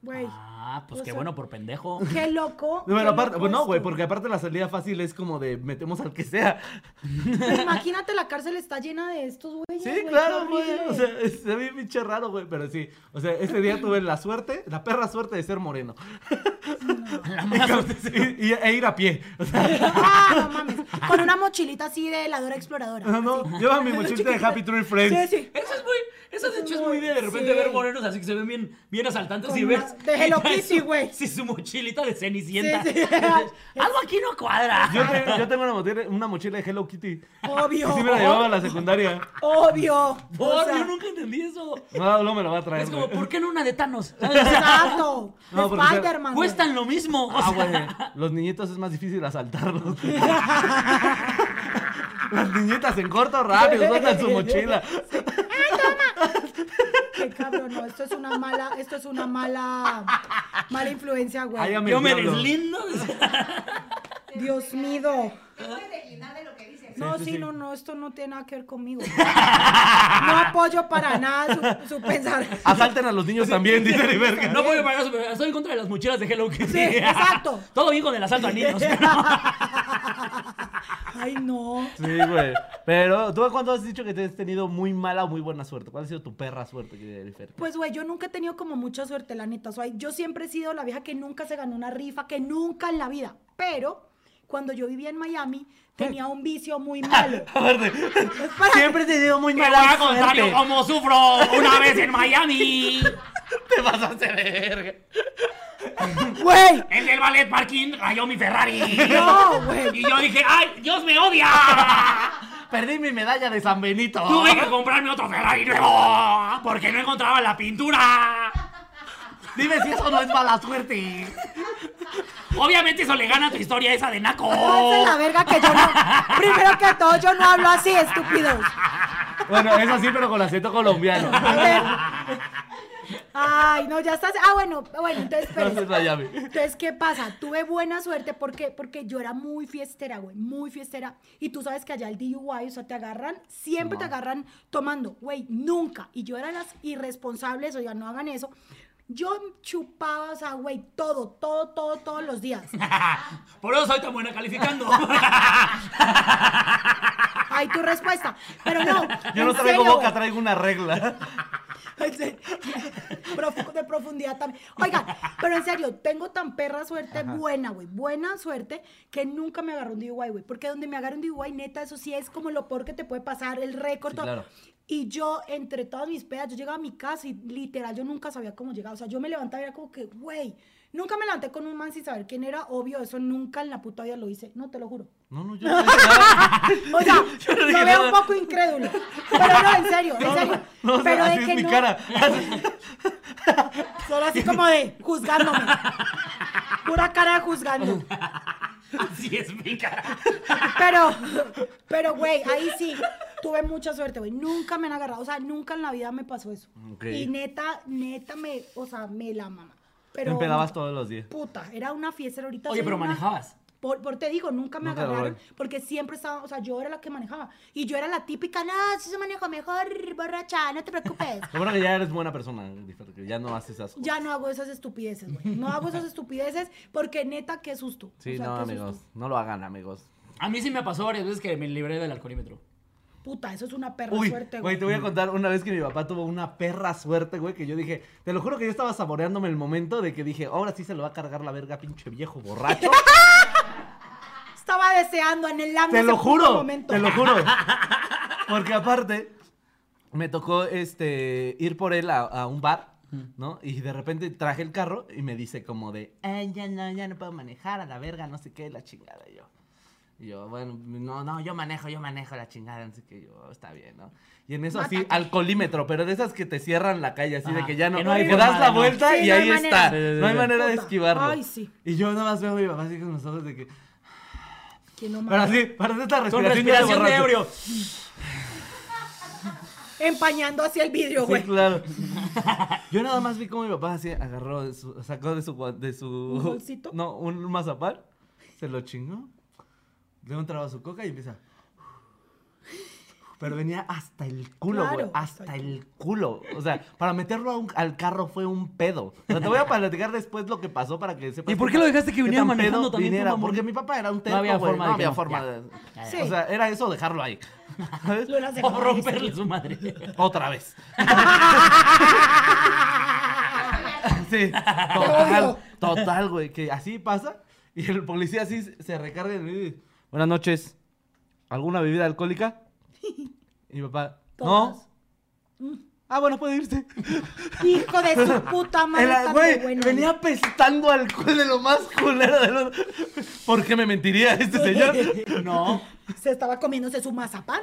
Güey. Ah, pues O qué sea- bueno por [LAUGHS] pendejo. Qué loco. No, qué Pero aparte, loco bueno, esto. güey, porque aparte la salida fácil es como de metemos al que sea. Imagínate, la cárcel está llena de estos güeyes. Sí, güey, qué claro, güey. horrible. O sea, es- se ve pinche raro, güey, pero sí. O sea, ese día tuve la suerte, la perra suerte de ser moreno. [LAUGHS] La mala [LAUGHS] suerte. Y, y- e ir a pie. O sea, [LAUGHS] Ah, no mames. Con una mochilita así de heladora exploradora. no, no, lleva [LAUGHS] mi mochilita de Happy Tree Sí, Friends. sí. Eso es muy, eso de hecho es muy de, de repente Sí. ver morenos así que se ven bien, bien asaltantes Con y una- ves. de y Hello trae Kitty, su- güey. Sí, su mochilita de cenicienta. Sí, sí. Y [LAUGHS] dices, Algo aquí no cuadra. Yo tengo, yo tengo una, mochila, una mochila de Hello Kitty. Obvio. Y sí me la llevaba a la secundaria. Obvio. [LAUGHS] Por, O sea, yo nunca entendí eso. No, no me lo va a traer. Es como, güey. ¿por qué no una de Thanos? ¿Sabes? O sea, Exacto. [LAUGHS] No, porque- Spider-Man. güey. Cuestan lo mismo. O Ah, sea, güey. Los niñitos es más difícil asaltarlos. Las niñitas en corto rápido, sueltan su mochila. Qué cabrón, no, esto es una mala, esto es una mala, mala influencia, Ay, güey. [LAUGHS] am- yo me diablo. deslindo. [LAUGHS] o sea, Dios mío. Te puedes declinar de lo que dices. No, sí, sí, sí. no, no, esto no tiene nada que [LAUGHS] ver conmigo. No apoyo para nada su, su pensar. Asalten a los niños también, dice [LAUGHS] la verga. No puedo pagar eso, pero estoy en contra de las mochilas de Hello Kitty. Sí, exacto. [LAUGHS] Todo bien con el asalto a niños. pero- Ay, no. Sí, güey. Pero, ¿tú cuándo has dicho que te has tenido muy mala o muy buena suerte? ¿Cuál ha sido tu perra suerte, querida Jennifer? Pues, güey, yo nunca he tenido como mucha suerte, la neta. O sea, yo siempre he sido la vieja que nunca se ganó una rifa, que nunca en la vida. Pero cuando yo vivía en Miami, tenía un vicio muy malo. Espérate. Siempre te he tenido muy Me voy a mala contar yo suerte. cómo sufro una vez en Miami. Te vas a hacer verga. [LAUGHS] Güey, El del ballet parking rayó mi Ferrari. [LAUGHS] No, güey. Y yo dije, ¡ay, Dios me odia! Perdí mi medalla de San Benito. Tuve que comprarme otro Ferrari nuevo porque no encontraba la pintura. Dime si eso no es mala suerte. Obviamente eso le gana a tu historia esa de Váyanse Naco. Ah, la verga que yo no. Primero que todo, yo no hablo así, estúpidos. Bueno, es así, pero con acento colombiano. A ver. Ay, no, ya estás. Ah, bueno, bueno, entonces, pero- Entonces, Miami. entonces, ¿qué pasa? Tuve buena suerte porque, porque yo era muy fiestera, güey, muy fiestera. Y tú sabes que allá el DUI, o sea, te agarran, siempre te agarran tomando, güey, nunca. Y yo era las irresponsables, oiga, no hagan eso. Yo chupaba, o sea, güey, todo, todo, todo, todos los días. Por eso soy tan buena calificando. Ay, tu respuesta. Pero no. Yo no traigo en serio, boca, güey. traigo una regla. En [LAUGHS] serio. Profu- de profundidad también. Oigan, pero en serio, tengo tan perra suerte, buena, güey, buena suerte, que nunca me agarró un DUI, güey. Porque donde me agarró un DUI, neta, eso sí es como lo peor que te puede pasar, el récord. Sí, todo. claro. Y yo, entre todas mis pedas, yo llegaba a mi casa y literal, yo nunca sabía cómo llegaba. O sea, yo me levantaba y era como que, güey, nunca me levanté con un man sin saber quién era, obvio, eso nunca en la puta vida lo hice. No, te lo juro. No, no, yo no dije nada. O sea, [LAUGHS] Yo no lo dije veo un nada. poco incrédulo. Pero no, en serio, en serio. No, o sea, pero así de es que mi no, cara. Solo así como de juzgándome. Pura cara de juzgando. Así es mi cara. Pero, pero, güey, ahí sí. Tuve mucha suerte, güey. Nunca me han agarrado. O sea, nunca en la vida me pasó eso. Ok. Y neta, neta me, o sea, me la mamá. Te Pero. empedabas todos los días. Puta, era una fiesta ahorita. Oye, soy pero una- manejabas. Por, por te digo, nunca me Nunca lo agarraron agarraron. porque siempre estaba, o sea, yo era la que manejaba. Y yo era la típica, no, si se maneja mejor, borracha, no te preocupes. Lo bueno que ya eres buena persona, Jennifer, que ya no haces esas cosas. Ya no hago esas estupideces, güey. No hago esas estupideces porque neta, qué susto. Sí, O sea, no, qué amigos. susto. No lo hagan, amigos. A mí sí me pasó varias veces que me libré del alcoholímetro. Puta, eso es una perra Uy, suerte, güey, te voy a contar una vez que mi papá tuvo una perra suerte, güey, que yo dije, te lo juro que yo estaba saboreándome el momento de que dije, ahora sí se lo va a cargar la verga, pinche viejo [LAUGHS] borracho. Estaba deseando, anhelando Te ese lo puto juro, momento. te lo [LAUGHS] juro. Porque aparte, me tocó este ir por él a, a un bar, ¿no? Y de repente traje el carro y me dice como de, "Ay, ya no, ya no puedo manejar a la verga, no sé qué, la chingada y yo. Y yo, bueno, no, no, yo manejo, yo manejo la chingada, no sé qué, yo, está bien, ¿no? Y en eso así, Mátate. alcolímetro, pero de esas que te cierran la calle, así de Ajá, que ya no, que no hay que das forma la de no. vuelta Sí, y no hay ahí manera. está. Sí, sí, sí, No hay sí. manera de Puta. esquivarlo. Ay, sí. Y yo nada más veo a mi papá así con los ojos de que, Que no pero mames. así, parece esta Con respiración, respiración de borracho. ebrio. Empañando hacia el vidrio, Sí, güey. claro. [LAUGHS] Yo nada más vi cómo mi papá así agarró, de su- sacó de su, gua- de su... ¿Un bolsito? No, un mazapán, se lo chingó, le dio un trago a su coca y empieza... Pero venía hasta el culo, güey, Claro, hasta hasta el el culo. O sea, para meterlo a un- al carro fue un pedo. O sea, te [LAUGHS] voy a platicar después lo que pasó para que sepas... ¿Y por qué qué lo dejaste que qué viniera tan pedo manejando también tu viniera, mamón? Porque mi papá era un terco, había güey, forma no de que había no, forma ya. de... Sí. O sea, era eso dejarlo ahí. ¿sabes? Lo las dejó O Oh, romperle su [LAUGHS] madre. Otra vez. sí, total, total, güey, que así pasa y el policía así se recarga en mí y dice, buenas noches, ¿alguna bebida alcohólica? Y mi papá, Todas. no. Ah, bueno, puede irse. Hijo de su puta madre. Era- tan de Güey, buena. venía pestando alcohol de lo más culero de los... ¿Por qué me mentiría este señor? No. Se estaba comiéndose su mazapán.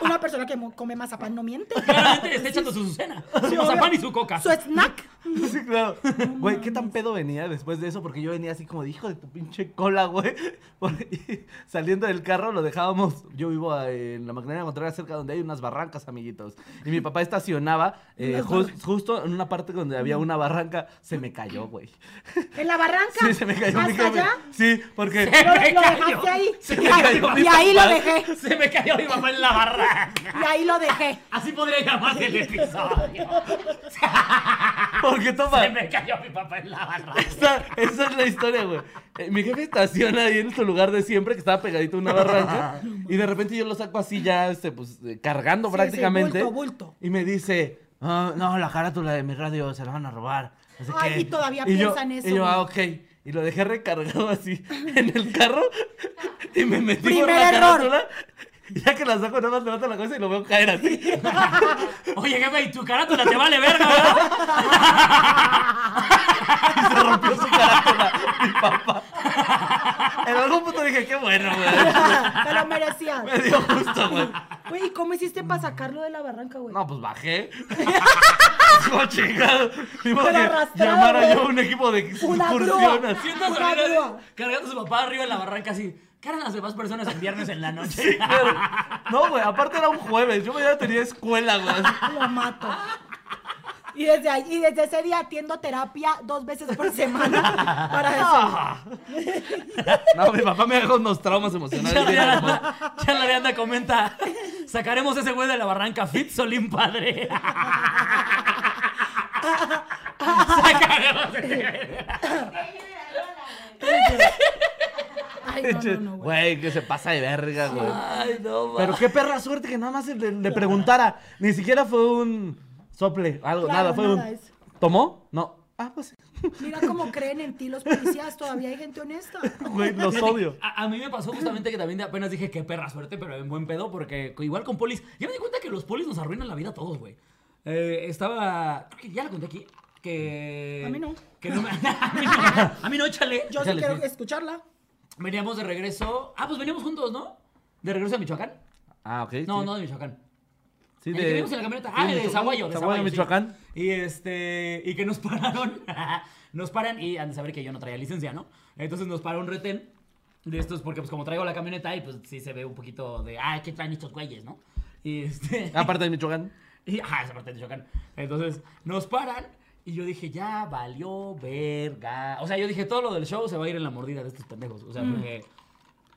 Una persona que mo- come mazapán no miente. Claramente está echando su cena. Su Sí, mazapán obvio. y su coca. Su snack. [LAUGHS] Sí, claro. Güey, ¿qué tan pedo venía después de eso? Porque yo venía así como de hijo de tu pinche cola, güey. [LAUGHS] Porque saliendo del carro lo dejábamos. Yo vivo a- en la Magdalena Contreras, cerca donde hay unas barrancas, amiguitos. Y mi papá estacionaba eh, Las jus- barrancas. justo en una parte donde había una barranca. Se me cayó, güey. En la barranca. Sí, se me cayó mi Hasta cable. allá. Sí, porque. [LAUGHS] Lo, me lo cayó. dejaste ahí. Se me cayó mi y ahí lo papá. [LAUGHS] dejé. Se me cayó mi mamá en la barra. Y ahí lo dejé. Así podría llamarse el episodio. Porque toma. Se me cayó mi papá en la barra. Esa, esa es la historia, güey. Eh, mi jefe estaciona ahí en su lugar de siempre, que estaba pegadito a una [LAUGHS] barranca. y de repente yo lo saco así ya, este, pues, eh, cargando Sí, sí, prácticamente. bulto, bulto. Y me dice, "Ah, no, la carátula de mi radio se la van a robar. no sé Ay, qué". y todavía yo- piensan eso, Y yo, güey. ah, ok. Y lo dejé recargado así [LAUGHS] en el carro. Y me metí por la Primer error. carátula. Y ya que la saco, nada más levanto la cabeza y lo veo caer así. [LAUGHS] Oye, jefe, ¿y tu carátula te vale verga, verdad? Y se rompió su carátula, mi papá. En algún punto dije, qué bueno, güey. [LAUGHS] Te lo merecías. Me dio gusto, güey. Güey, ¿y cómo hiciste para sacarlo de la barranca, güey? No, pues [LAUGHS] bajé. No, chingado. Ni modo Pero que arrastrado, llamara güey. yo a un equipo de Una excursión grúa. así. Siento a su Una amiga grúa. cargando a su papá arriba en la barranca así. ¿Qué harán las demás personas en viernes en la [LAUGHS] noche? No, güey, aparte era un jueves. Yo mañana tenía escuela, güey. así. Lo mato. Y desde, ahí, y desde ese día atiendo terapia dos veces por [LAUGHS] semana para eso. Ah. No, mi papá me dejó unos traumas emocionales. bien hermosos. Charlareanda, Charlareanda comenta, sacaremos a ese güey de la barranca, Fitzolín padre. [LAUGHS] Sacaremos a ese güey. Ay, no, no, no, güey. Güey, que se pasa de verga, güey. Ay, no, Pero qué perra suerte que nada más le, le preguntara. Ni siquiera fue un sople, algo, Claro, nada, fue nada, un. es- ¿Tomó? No. Ah, pues. Mira cómo creen en ti los policías, todavía hay gente honesta. Güey, [LAUGHS] los Fíjate, odio. A, a mí me pasó justamente que también de- apenas dije que perra suerte, pero en buen pedo, porque co- igual con polis. Ya me di cuenta que los polis nos arruinan la vida a todos, güey. Eh, estaba. Creo que ya lo conté aquí. Que. A mí no. Que no me- [LAUGHS] a mí no, a mí no, échale. Yo sí Dale, quiero sí. escucharla. Veníamos de regreso. Ah, pues veníamos juntos, ¿no? De regreso a Michoacán. Ah, ok. No, sí. no de Michoacán. Sí, el que vimos en la camioneta. Ah, sí, de Michoacán, Zaguayo. De Zaguayo, Zaguayo, sí. Michoacán. Y este. Y que nos [LAUGHS] pararon. nos paran. Y han de saber que yo no traía licencia, ¿no? Entonces nos paró un retén de estos. Porque, pues, como traigo la camioneta, y pues sí se ve un poquito de. Ah, ¿qué traen estos güeyes, no? Y este. Aparte [LAUGHS] de Michoacán. Y, ajá, esa parte de Michoacán. Entonces, nos paran y yo dije, ya valió verga. O sea, yo dije, todo lo del show se va a ir en la mordida de estos pendejos. O sea, Mm. porque... [LAUGHS]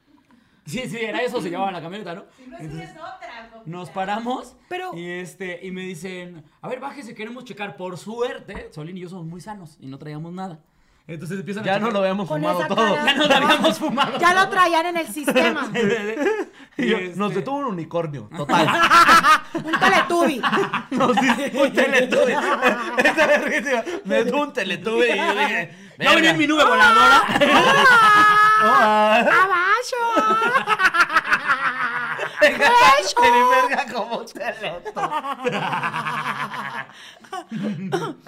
Sí, sí, era eso, se llevaba la camioneta, ¿no? Si no es otra. copita. Nos paramos Pero- y este y me dicen, a ver, bájese, queremos checar. Por suerte, Solín y yo somos muy sanos y no traíamos nada. Entonces empiezan Ya a no lo habíamos Con fumado esa todo. cara. [LAUGHS] Ya no lo habíamos fumado. Ya lo traían en el sistema. [LAUGHS] Y [LAUGHS] yo, Nos este, detuvo un unicornio, total. [LAUGHS] un teletubi. Nos dice [LAUGHS] un teletube. [LAUGHS] Esa me ríe, tío. Me detuvo un teletube y yo dije. [LAUGHS] No venía en mi [LAUGHS] "Verga". nube voladora. Ah, [LAUGHS] ¡Abajo! mi verga como un [LAUGHS] teletube. [LAUGHS]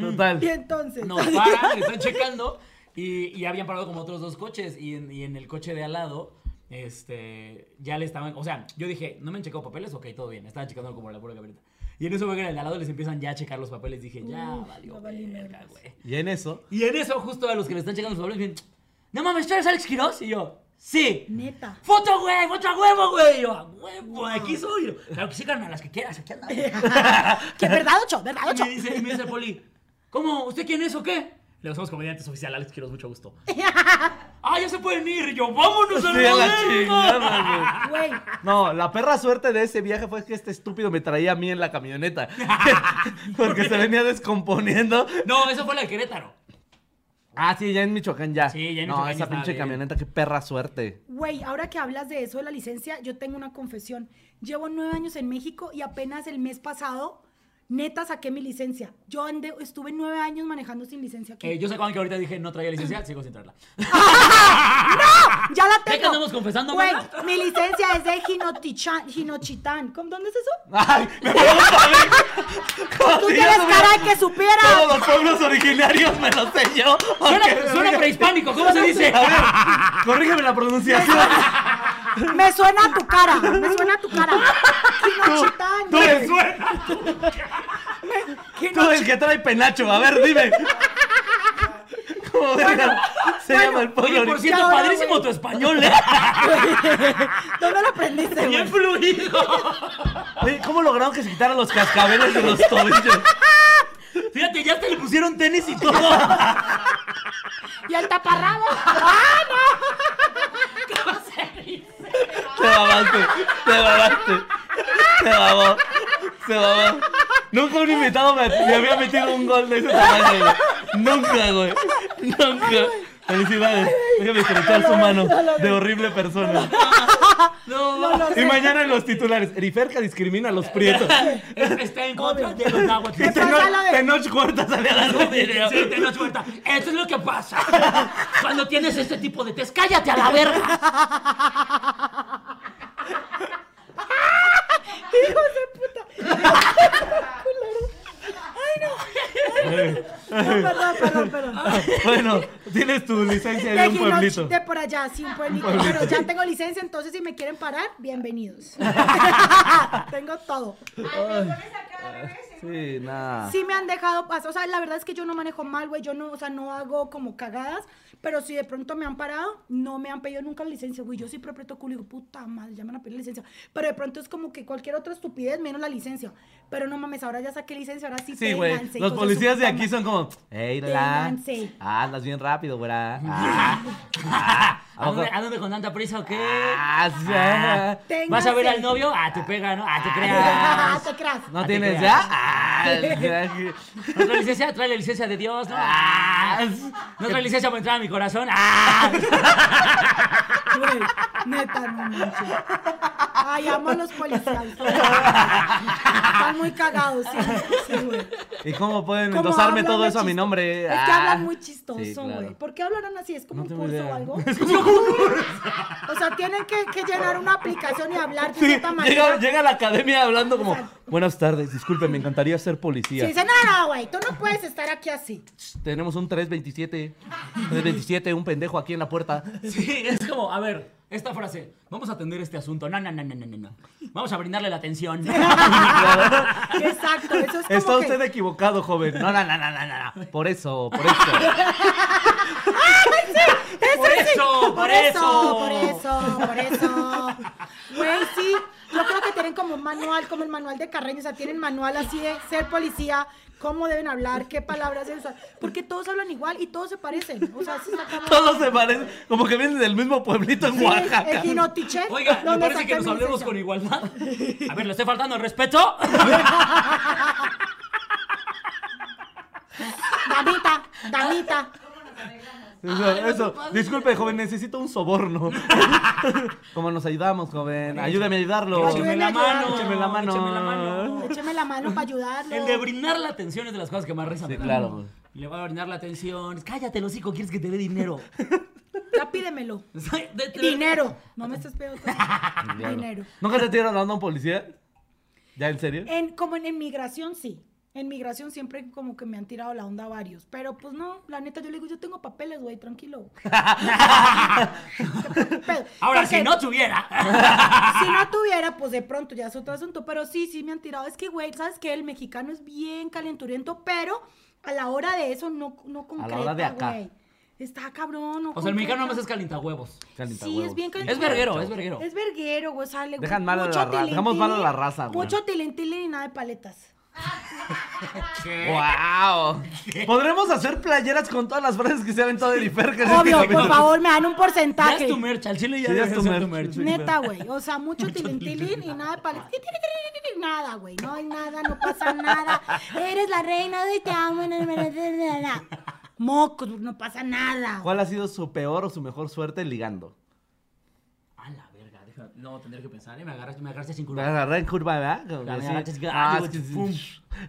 Total. Y entonces. Nos paran, están checando y, y habían parado como otros dos coches y en, y en el coche de al lado, este, ya le estaban, o sea, yo dije, ¿no me han checado papeles? Ok, todo bien, estaban checando como la pura camioneta. Y en eso, güey, en el de al lado les empiezan ya a checar los papeles, dije, ya Uf, valió no valí verga, madres. güey. Y en eso. Y en eso, justo a los que le están checando los papeles, dicen, no mames, ¿tú eres Alex Quiroz? Y yo, sí. [LAUGHS] Neta. [LAUGHS] ¡Foto, güey! ¡Foto a huevo, güey! Y yo, a huevo, aquí soy. Claro que sí, carnal, las que quieras, aquí andamos. Que verdad, ocho, verdad, Y ocho. me dice, y me dice el poli, ¿cómo? ¿Usted quién es o qué? Le somos comediantes oficial, Alex Quiroz, mucho gusto. ¡Ah, ya se pueden ir! Y yo, ¡vámonos a Sí, a la la verga! chingada, güey. [LAUGHS] Güey. No, la perra suerte de ese viaje fue que este estúpido me traía a mí en [LAUGHS] la camioneta. Porque se venía descomponiendo. No, eso fue la de Querétaro. Ah, sí, ya en Michoacán ya. Sí, ya en no, Michoacán esa estaba pinche bien. camioneta, qué perra [LAUGHS] suerte. Güey, ahora que hablas de eso de la licencia, yo tengo una confesión. Llevo nueve años en México y apenas el mes pasado, neta, saqué mi licencia. Yo ande- estuve nueve años manejando sin licencia aquí. Eh, yo sé Juan, que ahorita dije no traía licencia, sigo sin traerla. ¡Ya la que tengo! andamos confesando, Güey, ¿verdad? mi licencia es de Jinotichán- Jinochitán. ¿Cómo- ¿Dónde es eso? Ay, me puedo saber. [LAUGHS] ¿Cómo ¡Tú se tienes llama? cara de que supiera! Todos los pueblos originarios me los sé yo. Suena, suena prehispánico, ¿cómo se dice? A ver, corrígeme [LAUGHS] la pronunciación. Me suena a tu cara, me suena a tu cara. Jinochitán. Tú, güey. el, tú [LAUGHS] Jinochitán. el que trae penacho. A [LAUGHS] ver, dime. ¿Cómo verga se llama el pueblo Oye, por originario? cierto, ahora, padrísimo güey. tu español, ¿eh? ¿Dónde [LAUGHS] lo aprendiste, Bien güey? fluido. Oye, ¿cómo lograron que se quitaran los cascabeles de los tobillos? Fíjate, ya hasta le pusieron tenis y todo. Y el taparrabo. ¿Cómo se dice? Te babaste, te babaste. Te babó, se babó. Nunca un invitado me, me había metido un gol de ese tamaño, güey. Nunca, güey. Nunca. Felicidades. Déjame estrechar su mano de horrible persona. No, No lo Y sé. mañana en los titulares, Eriferca discrimina a los prietos. Está en contra de los náhuatl. ¿Qué pasa? la de- Tenoch Huerta sale a dar un video. Sí, te lo suelta. Eso es lo que pasa. Cuando tienes este tipo de test, cállate a la verga. No, perdón, perdón, perdón. Bueno, tienes tu licencia de De, un Ginoch- pueblito. de por allá, sí, un pueblito. Pero ya tengo licencia, entonces si me quieren parar, [LAUGHS] bienvenidos. [LAUGHS] tengo todo. Sí, nada. Sí me han dejado pasar. O sea, la verdad es que yo no manejo mal, güey. Yo no, o sea, no hago como cagadas. Pero si de pronto me han parado, no me han pedido nunca licencia, güey. Yo siempre aprieto culo y digo, puta madre, ya me van a pedir licencia. Pero de pronto es como que cualquier otra estupidez menos la licencia. Pero no mames, ahora ya saqué licencia, ahora sí Sí, güey. ténganse, Los hijos su policías de puta aquí madre. son como, ¡Ey, relax! Ténganse. Ah, andas bien rápido, güey. [LAUGHS] Ah, ah, ¿a [LAUGHS] ¿A poco? dónde, a dónde con tanta prisa o qué? Ah, sí. Ah. Téngase. ¿Vas a ver al novio? Ah, te pega, ¿no? Ah, te Ah, creas. [LAUGHS] te creas. ¿No Ah, te tienes creas. ya? Ah, [LAUGHS] ya. ¿No trae licencia? Trae la licencia de Dios. ¿no? Ah. ¿No trae licencia para entrar a mi corazón? Ah. Güey, neta, no manches. Ay, amo a los policías. Están muy cagados, sí, sí, güey. ¿Y cómo pueden ¿Cómo endosarme hablan todo de eso a mi chisto- nombre? Es que Ah. hablan muy chistoso, güey. Sí, claro. ¿Por qué hablarán así? ¿Es como No un tengo curso idea. o [LAUGHS] algo? O sea, tienen que, que llenar una aplicación y hablar de Sí, cierta llega, manera. llega a la academia hablando como, buenas tardes, disculpe, me encantaría ser Si policía. dicen, no, no, güey, tú no puedes estar aquí [LAUGHS] así. Tenemos un 327, 327, un pendejo aquí en la puerta. Sí, es como, a ver, esta frase. Vamos a atender este asunto. No, no, no, no, no, no, no. Vamos a brindarle la atención. Exacto, eso es Está como que... usted equivocado, joven. No, no, no, no, no, no. Por eso, por [LAUGHS] eso. Por eso, por eso. Por eso, por eso. Güey, sí, yo creo que tienen como un manual, como el manual de Carreño, o sea, tienen manual así de ser policía, cómo deben hablar, qué palabras deben usar, porque todos hablan igual y todos se parecen, o sea, sí está [LAUGHS] cabrón. Todos se parecen, como que vienen del mismo pueblito en Sí, Oaxaca. El Ginotiche. Oiga, me donde parece saqué que nos mi hablemos licencia. con igualdad. A ver, ¿le estoy faltando el respeto? Damita, damita. Eso, eso. Disculpe, joven, necesito un [LAUGHS] soborno. Como nos ayudamos, joven? Ayúdame a ayudarlo. Écheme la Ayúdenme a mano. ayudar. Écheme Écheme la mano. la mano. Écheme la mano para ayudarlo. El de brindar la atención es de las cosas que más rezan. Sí, ¿verdad? claro. güey. Le va a brindar la atención. Cállate, el hocico, quieres que te dé dinero. [LAUGHS] Ya pídemelo. Dinero. No me estés pidiendo tanto. dinero. Eh, ¿Nunca te tiraron la onda a un policía? ¿Ya en serio? En, como en, en migración, sí. En migración siempre como que me han tirado la onda varios. Pero pues no, la neta, yo le digo, yo tengo papeles, güey, [LAUGHS] tranquilo. Pero- Ahora, porque si no tuviera. [LAUGHS] [LAUGHS] si no tuviera, pues de pronto ya es otro asunto. Pero sí, sí me han tirado. Es que, güey, ¿sabes qué? El mexicano es bien calenturiento, pero a la hora de eso no, no A concreta, la hora de acá. güey. Está cabrón. no O sea, el mexicano concreta. nomás es calientahuevos. Calienta Sí, huevos. es bien Es verguero, es verguero. Es verguero, güey, sale. Dejan güey, mal a mucho la raza, tilín, dejamos mal a la tilín, raza, güey. Mucho tilentilín y nada de paletas. ¡Wow! Podremos hacer playeras con todas las frases que se ha aventado Edifer. que es [LAUGHS] Obvio, por este- favor, me dan un Ya es porcentaje. tu merch, al chile ya, Sí, ya debería es tu ser merch. Sí. Neta, güey. O [LAUGHS] sea, mucho tilintilín y nada de paletas. Nada, güey. No hay nada, no pasa nada. Eres la reina de te amo. na, na, na, na, na. Mocos, no pasa nada. ¿Cuál ha sido su peor o su mejor suerte ligando? A la verga, deja- no, tendré que pensar, ¿eh? Me agarraste, me agarraste sin Me culpa. agarré en curva, ¿verdad? Como La que me sí. agarraste, es que- Ah, ah, es que sí. pum.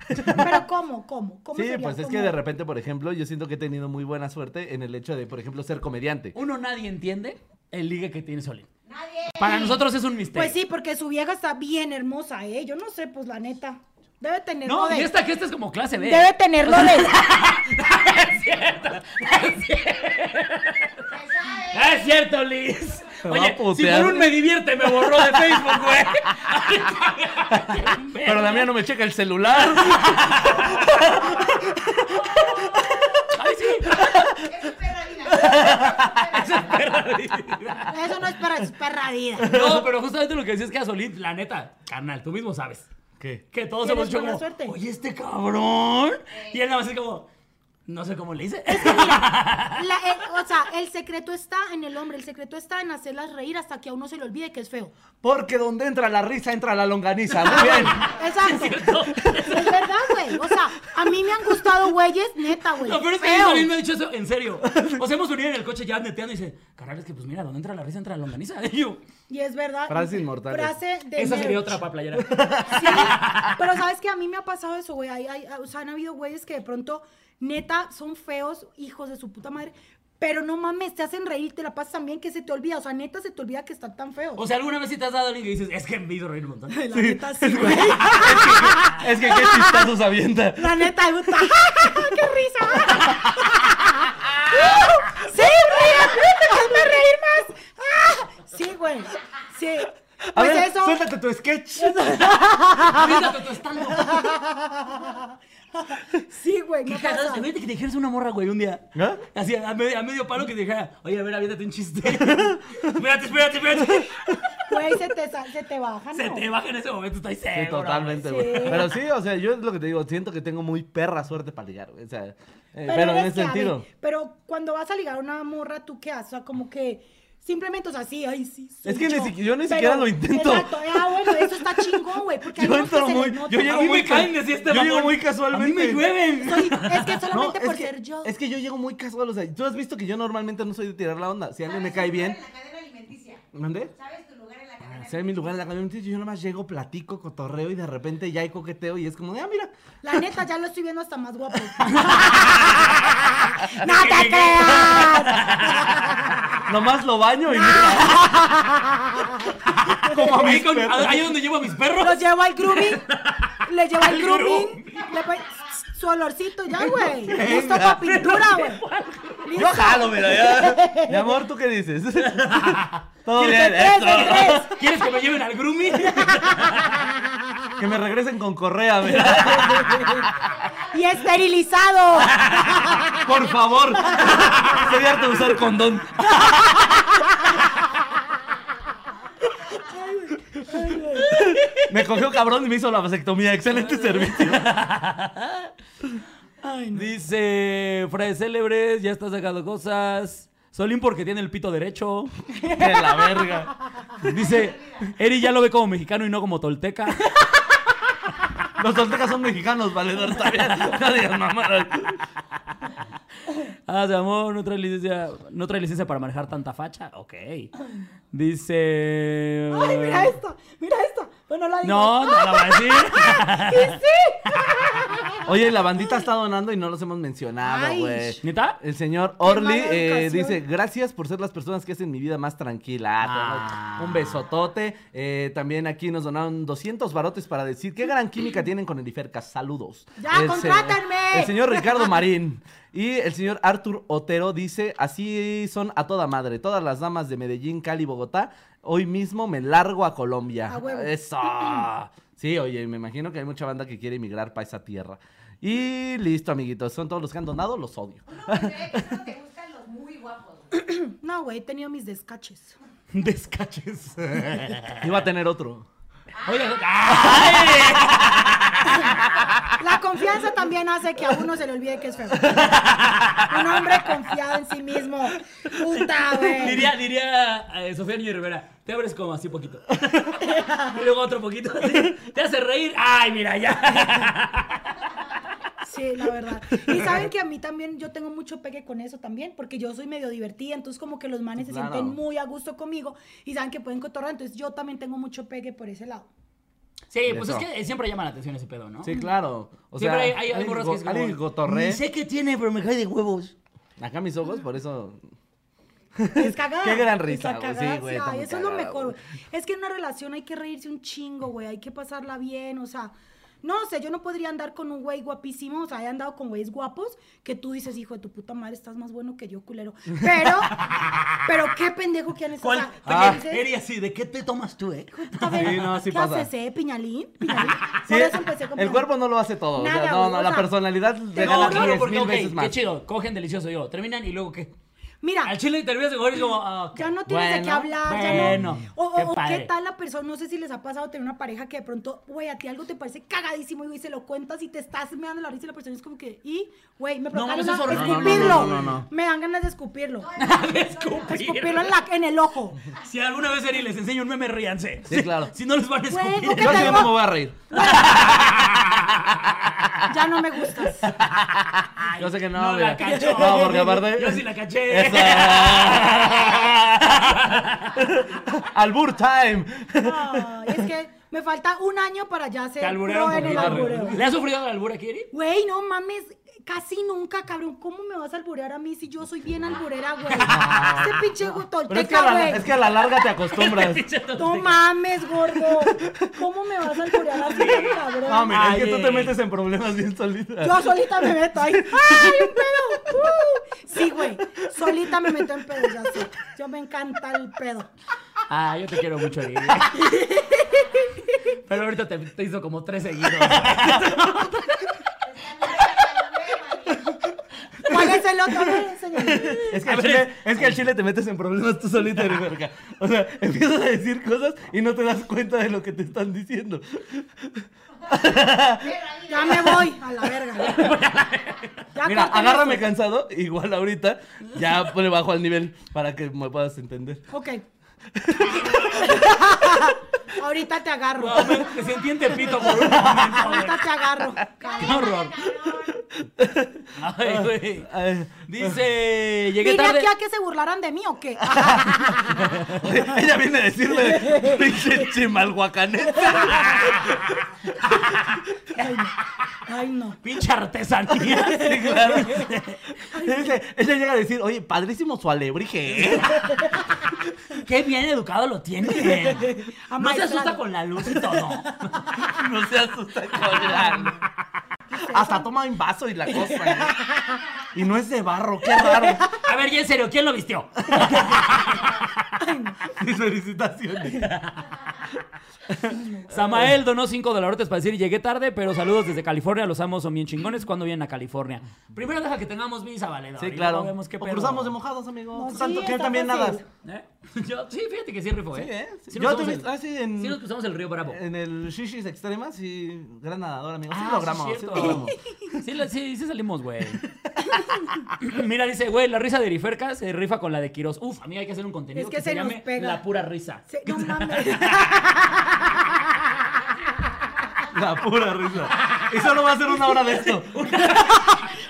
Pero ¿cómo? ¿Cómo? ¿Cómo Sí, sería? pues es ¿Cómo? que de repente, por ejemplo, yo siento que he tenido muy buena suerte en el hecho de, por ejemplo, ser comediante. Uno nadie entiende el ligue que tiene Solín. Nadie. Para nosotros es un misterio. Pues sí, porque su vieja está bien hermosa, ¿eh? Yo no sé, pues la neta. Debe tener lo No, de... y esta que esta es como clase B. Debe tener lo [LAUGHS] de... Es cierto, es cierto. Es cierto, Liz. Me va a Oye, si putear. por un me divierte me borró de Facebook, [LAUGHS] güey. Pero la mía no me checa el celular. Ay, sí. Es un perro dinámico. Esa es perra vida. Eso no es para es perra vida. No, pero justamente lo que decías es que a Solín, la neta, carnal, tú mismo sabes. ¿Qué? Que todos ¿Tienes hemos hecho buena como, suerte? oye, este cabrón. Y él nada más es como, no sé cómo le hice. [LAUGHS] La- el- o sea, el secreto está en el hombre, el secreto está en hacerlas reír hasta que a uno se le olvide que es feo. Porque donde entra la risa, entra la [LAUGHS] longaniza. Muy bien. Exacto. Es verdad, güey. O sea, a mí me han gustado güeyes, neta, güey. Lo peor es que Feos. Solín me ha dicho eso en serio. Nos hemos unido en el coche ya neteando y dice, carnal, es que pues mira, donde entra la risa, entra la longaniza. [LAUGHS] Y yo, Y es verdad. Frases inmortales. Frase de esa sería merch. otra para playera. Sí, pero sabes que a mí me ha pasado eso, güey. Hay- hay- o sea, han habido güeyes que de pronto, neta, son feos, hijos de su puta madre. Pero no mames, te hacen reír, te la pasas tan bien que se te olvida. O sea, neta, se te olvida que están tan feos. O sea, alguna vez sí te has dado a alguien que dices, es que me hizo reír un [LAUGHS] montón. la [LAUGHS] neta, sí, güey. Es que qué chistazo avienta. La neta, me gusta. [LAUGHS] ¡Ah, ¡Qué [LAUGHS] risa! ¡Sí, ríe! ¡Hazme reír más! ¡Ah! Sí, güey. Sí. Pues A ver, eso. suéltate tu sketch. Ahorita tú estás loco. [LAUGHS] Sí, güey. Qué Me cagado, [LAUGHS] pasa. imagínate que te dijeras una morra, güey, un día. ¿Ah? Así, a medio, a medio palo que te dijera, oye, a ver, aviéntate un [LAUGHS] chiste. espérate, espérate, [LAUGHS] espérate. Güey, se te, sal- se te baja, ¿no? Se te baja en ese momento, estoy seguro. Sí, totalmente, sí. güey. Pero sí, o sea, yo es lo que te digo, siento que tengo muy perra suerte para ligar, güey. O sea, eh, pero, en eres ese que, a ver, sentido. pero cuando vas a ligar a una morra, ¿tú qué haces? O sea, como que simplemente, o sea, sí, ay, sí. soy Es que ni yo. siqui- yo ni siquiera lo intento. Exacto. Ah, bueno, eso está chingón, güey. Porque [LAUGHS] hay Yo unos que entro se muy. les nota. Yo llego A mí muy, me ca- caen así este yo llego mamón. muy A casualmente. mí me llueven. [LAUGHS] Soy- [LAUGHS] es que solamente [LAUGHS] No, por es que- ser yo. Es que yo llego muy casual, o sea, tú has visto que yo normalmente no soy de tirar la onda. Si alguien me ¿Sabes tu cae lugar bien, En la cadena alimenticia. ¿mandé? ¿Sabes tu lugar en la cadena Ah, alimenticia? sea, en mi lugar en la camioneta, yo nomás llego, platico, cotorreo y de repente ya hay coqueteo y es como de, ah, [LAUGHS] mira, La neta, ya lo estoy viendo hasta más [LAUGHS] guapo. ¡No [LAUGHS] te creas! nomás lo baño y [LAUGHS] mira. Como a mí, con- ahí es donde llevo a mis Lo perros. llevo al [LAUGHS] grooming. Le llevo al Al grooming. Le pon- su olorcito ya, güey. Listo para pintura, güey. Listo. mira, [LAUGHS] ya. Mi amor, ¿tú qué dices? Todo De bien, tres, Oh, eso. de tres. ¿Quieres que me lleven al grooming? [LAUGHS] Que me regresen con correa, mira. Y [LAUGHS] esterilizado. Por [LAUGHS] favor. Estoy harto de usar condón. Me cogió cabrón y me hizo la vasectomía. Excelente servicio. Dice, frases célebres, ya está sacando cosas. Solín porque tiene el pito [LAUGHS] derecho. De la verga. Dice, Eri ya lo ve como mexicano y no como [LAUGHS] tolteca. Los toltecas son mexicanos, valedor. Todavía no digas mamadas. Ah, se llamó, no trae licencia, no trae licencia para manejar tanta facha. Ok. Dice. Ay, mira esta, mira esta. Bueno, la digo. No, no la va a decir. [LAUGHS] Oye, la bandita está donando y no los hemos mencionado, Ay, güey. ¿Neta? El señor Orly mala eh, educación. dice, gracias por ser las personas que hacen mi vida más tranquila. Ah. Un besotote. Eh, también aquí nos donaron 200 barotes para decir qué gran química tienen con el Iferca. Saludos. ¡Ya, El se- contrátenme! El señor [LAUGHS] Ricardo Marín. Y el señor Arthur Otero dice, así son a toda madre, todas las damas de Medellín, Cali, Bogotá. Hoy mismo me largo a Colombia. A huevo. [LAUGHS] Eso. Sí, oye, me imagino que hay mucha banda que quiere emigrar para esa tierra. Y listo, amiguitos. Son todos los que han donado, los odio. Uno cree que solo te gustan los muy guapos. No, güey, he tenido mis descaches. Descaches. Iba a tener otro. [LAUGHS] Oye, ¡ay! La confianza también hace que a uno se le olvide que es feo. Un hombre confiado en sí mismo. Puta, güey. Diría, diría eh, Sofía Niño Rivera, te abres como así [LAUGHS] poquito. [LAUGHS] y luego otro poquito así. Te hace reír. ¡Ay, mira ya! Sí, la verdad. Y saben que a mí también, yo tengo mucho pegue con eso también, porque yo soy medio divertida, entonces como que los manes se Claro. sienten muy a gusto conmigo y saben que pueden cotorrar, entonces yo también tengo mucho pegue por [LAUGHS] ese lado. Sí, pues Eso. es que siempre llama la atención ese pedo, ¿no? Sí, claro. O sea, siempre hay, hay, hay alguien morras go- que es como, alguien cotorré. "Ni sé qué tiene, pero me cae de huevos. Acá mis ojos, por eso. Es cagada. Qué gran Está risa, güey. Sí, cagada, güey, sí, está ay, muy eso es lo cagada, mejor, güey. güey. Es que en una relación hay que reírse un chingo, güey. Hay que pasarla bien, o sea. No sé, yo no podría andar con un güey guapísimo, o sea, he andado con güeyes guapos que tú dices, hijo de tu puta madre, estás más bueno que yo, culero. Pero, pero qué pendejo que han estado. ¿Cuál? o sea, Ah, dices, Eres así, ¿de qué te tomas tú, eh? A ver, Sí, no, sí ¿qué pasa. haces, eh? [LAUGHS] ¿Piñalín? ¿Piñalín? Sí, Por eso empecé con el cuerpo no lo hace todo. o sea, Nada, no, güey, no, o la sea, personalidad le te lo gana juro, 10 porque, mil ok, veces qué más. chido, cogen delicioso yo. Terminan y luego, ¿qué? Mira, Al chile terminas de coger y como, ah, ok. Ah. [LAUGHS] ya no tienes de qué Bueno, hablar. ya no. bueno, O, o- qué o qué padre. tal la persona, no sé si les ha pasado tener una pareja que de pronto, güey, a ti algo te parece cagadísimo y güey, se lo cuentas y te estás meando la risa y la persona es como que, y, güey, me provocan mames, ganas eso de es horrible. escupirlo. No, no, no, no, no. Me dan ganas [LAUGHS] de escupirlo. Escupir. Escupirlo en, la, en el ojo. Si alguna vez Eri les enseña un meme, ríanse. Sí, claro. Si no les van a Güey, escupir. ¿cómo [LAUGHS] que Yo te así digo? no me voy a reír. Ya no [LAUGHS] me gustas. Ay, Yo sé que no, No mira. la cachó. No, porque aparte- Yo sí la caché. Eso. [LAUGHS] Albur time. Ay, es que me falta un año para ya [LAUGHS] ser Te alburearon pro en el poquito. albureo. ¿Le has sufrido al albur aquí, Eri? Güey, no mames, casi nunca, cabrón. ¿Cómo me vas a alburear a mí si yo soy bien alburera, güey? [LAUGHS] Este pinche gu- Pero es que, a tolteca, la, güey. es que a la larga [LAUGHS] te acostumbras. No mames, gordo. ¿Cómo me vas a alburear así, cabrón? No, mira, es Ay, que tú eh. te metes en problemas bien solita. Yo solita me meto ahí. ¡Ay, un pedo! ¡Uh! Sí, güey. Solita me meto en pedo, ya sé. Yo me encanta el pedo. Ah, yo te quiero mucho, Eri. Pero ahorita te, te hizo como tres seguidos. ¿Cuál es el otro? A ver, enséñame. Es que, al chile, es que al chile te metes en problemas tú solita, de verga. O sea, empiezas a decir cosas y no te das cuenta de lo que te están diciendo. Ya me voy a [LAUGHS] la verga. Ya Mira, corten agárrame esto. cansado, igual ahorita, [LAUGHS] ya le bajo al nivel para que me puedas entender. Ok. Ahorita te agarro. No, me, me sentí en Tepito por un momento, güey. Ahorita te agarro. ¡Qué horror! Ay, güey. Ay, Dice, llegué ¿Vine tarde. aquí a que se burlaran de mí o qué? oye, [LAUGHS] ella viene a decirle, pinche chimalhuacanense. Ay, no. Ay, no. Pinche artesanía. Sí, [LAUGHS] claro. Dice, ella llega a decir, oye, padrísimo su alebrije. ¿eh?". Qué bien educado lo tiene. No se Amaestrado. asusta con la luz y todo. [LAUGHS] No se asusta con la- Hasta toma un vaso y la cosa. [LAUGHS] ¿eh? Y no es de barro, qué raro. A ver, ya en serio, ¿quién lo vistió? Mis felicitaciones. Samael donó 5 dolarotes para decir llegué tarde, pero saludos desde California, los amos son bien chingones cuando vienen a California. Primero deja que tengamos visa, valedor. y Sí, luego claro. Vemos qué o pedo. cruzamos de mojados, amigo. No, Tú sí, tanto que está también fácil. nadas. ¿Eh? [LAUGHS] Yo, sí, fíjate que sí rifó, ¿eh? Sí, ¿eh? nos Yo te cruzamos vi- el- ah, sí, en- sí nos cruzamos el río Bravo. En este el shishis extremas y gran nadador, amigo. Sí Ah, logramos, sí sí es cierto. logramos. Sí, la- sí, sí salimos, güey. [LAUGHS] Mira, dice, güey, la risa de Eriferca se rifa con la de Quirós. Uf, amiga, hay que hacer un contenido Es que que, se, se nos llame pega. La pura risa. Se- no mames. [LAUGHS] La pura risa. Y solo va a ser una hora de esto.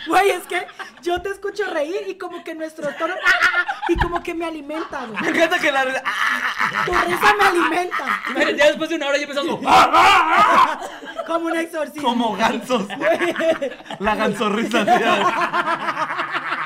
Güey, es que yo te escucho reír y como que nuestro tono. ah, ah, ah, y como que me alimenta, güey. Me encanta que la. re- ¡Ah! Tu risa me alimenta. Imagínate, [LAUGHS] Ya después de una hora ya [LAUGHS] empezamos. ¡Ah, Como un exorcismo. Como gansos. La gansorrisa. tía.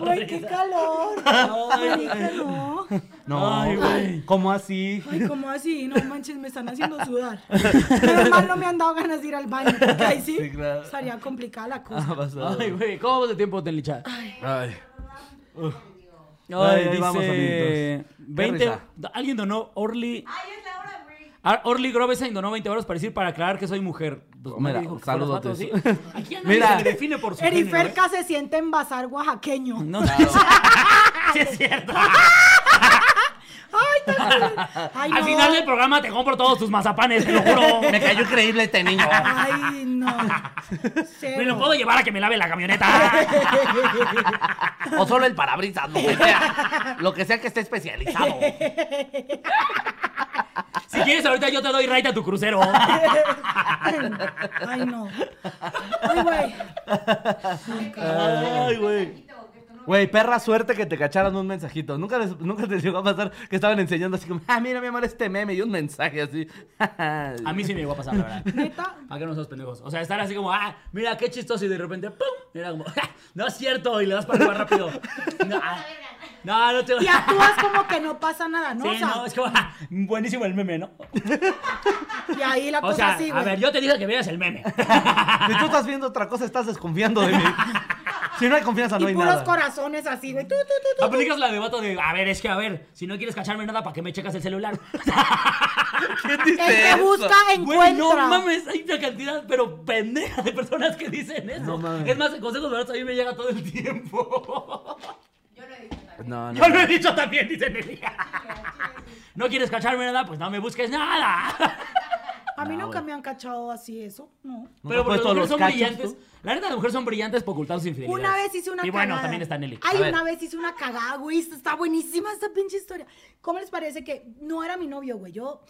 Güey, qué calor. Marica, no. No, Ay, güey. ¿Cómo así? [LAUGHS] Ay, ¿cómo así? No manches, me están haciendo sudar. Pero mal no me han dado ganas de ir al baño, porque ahí sí, Sí, claro. estaría complicada la cosa. Ah, pasado. Ay, güey, ¿cómo vamos de tiempo, Tenlicha? Ay. Ay, ahí vamos, dice... amiguitos. Qué 20... risa. Alguien donó Orly... Ay, es la hora, güey. Ar- Ah, Orly Grovesen donó 20 euros para decir, para aclarar que soy mujer. Pues Mira, nadie dijo que fueras vato, saludotes. ¿sí? [LAUGHS] Aquí ya nadie Mira. se le define por su género, Eriferca se siente en bazar oaxaqueño. ¿eh? No, [LAUGHS] sí es cierto. Ay, [LAUGHS] tan cruel. Ay, Al no. final del programa te compro todos tus mazapanes, te lo juro. [LAUGHS] Me cayó increíble este niño. Ay, [LAUGHS] no. Cero. Me lo puedo llevar a que me lave la camioneta. [LAUGHS] O solo el parabrisas, lo que sea. Lo que sea que esté especializado. [LAUGHS] Si quieres, ahorita yo te doy raid a tu crucero. [LAUGHS] Ay, no. Ay, güey. Ay, güey. Güey, perra suerte que te cacharan un mensajito. Nunca les, nunca te llegó a pasar que estaban enseñando así como, ah, mira, mi amor, este meme y un mensaje así. [LAUGHS] A mí sí me llegó a pasar, la verdad. Neta. ¿A qué no sos pendejos? O sea, estar así como, ah, mira qué chistoso y de repente, ¡pum! Era como, [LAUGHS] "Ja, no es cierto y le das para jugar rápido. No, ah, no, no te Y [LAUGHS] actúas como que no pasa nada, ¿no? Sí, o sea, no, es como, "Ja, buenísimo el meme, ¿no? Y ahí la O cosa sea, pues así, a ver, güey. yo te dije que veas el meme. [LAUGHS] [LAUGHS] Si tú estás viendo otra cosa, estás desconfiando de mí. Si no hay confianza, no y hay puros nada. corazones así, güey. Tu, tu, tu, tu. Aplicas la de vato de, a ver, es que a ver, si no quieres cacharme nada, ¿para qué me checas el celular? ¿Quién El dice que eso? busca, encuentra. Güey, no mames, hay una cantidad, pero pendeja de personas que dicen eso. No mames. Es más, el consejo de baratos a mí me llega todo el tiempo. [LAUGHS] Yo lo he dicho también. Ah, No, no. Yo lo he dicho también, dice [LAUGHS] Nelia. No quieres cacharme nada, pues no me busques [LAUGHS] nada. A mí No, nunca güey. me han cachado así eso, no. ¿No te Pero has porque las puesto mujeres los son cachos, brillantes. tú? La neta, las mujeres son brillantes por ocultar sus infidelidades. Una vez hice una Y cagada. bueno, también está Nelly. Ay, A ver. una vez hice una cagada, güey. esto Está buenísima esta pinche historia. ¿Cómo les parece que no era mi novio, güey? Yo,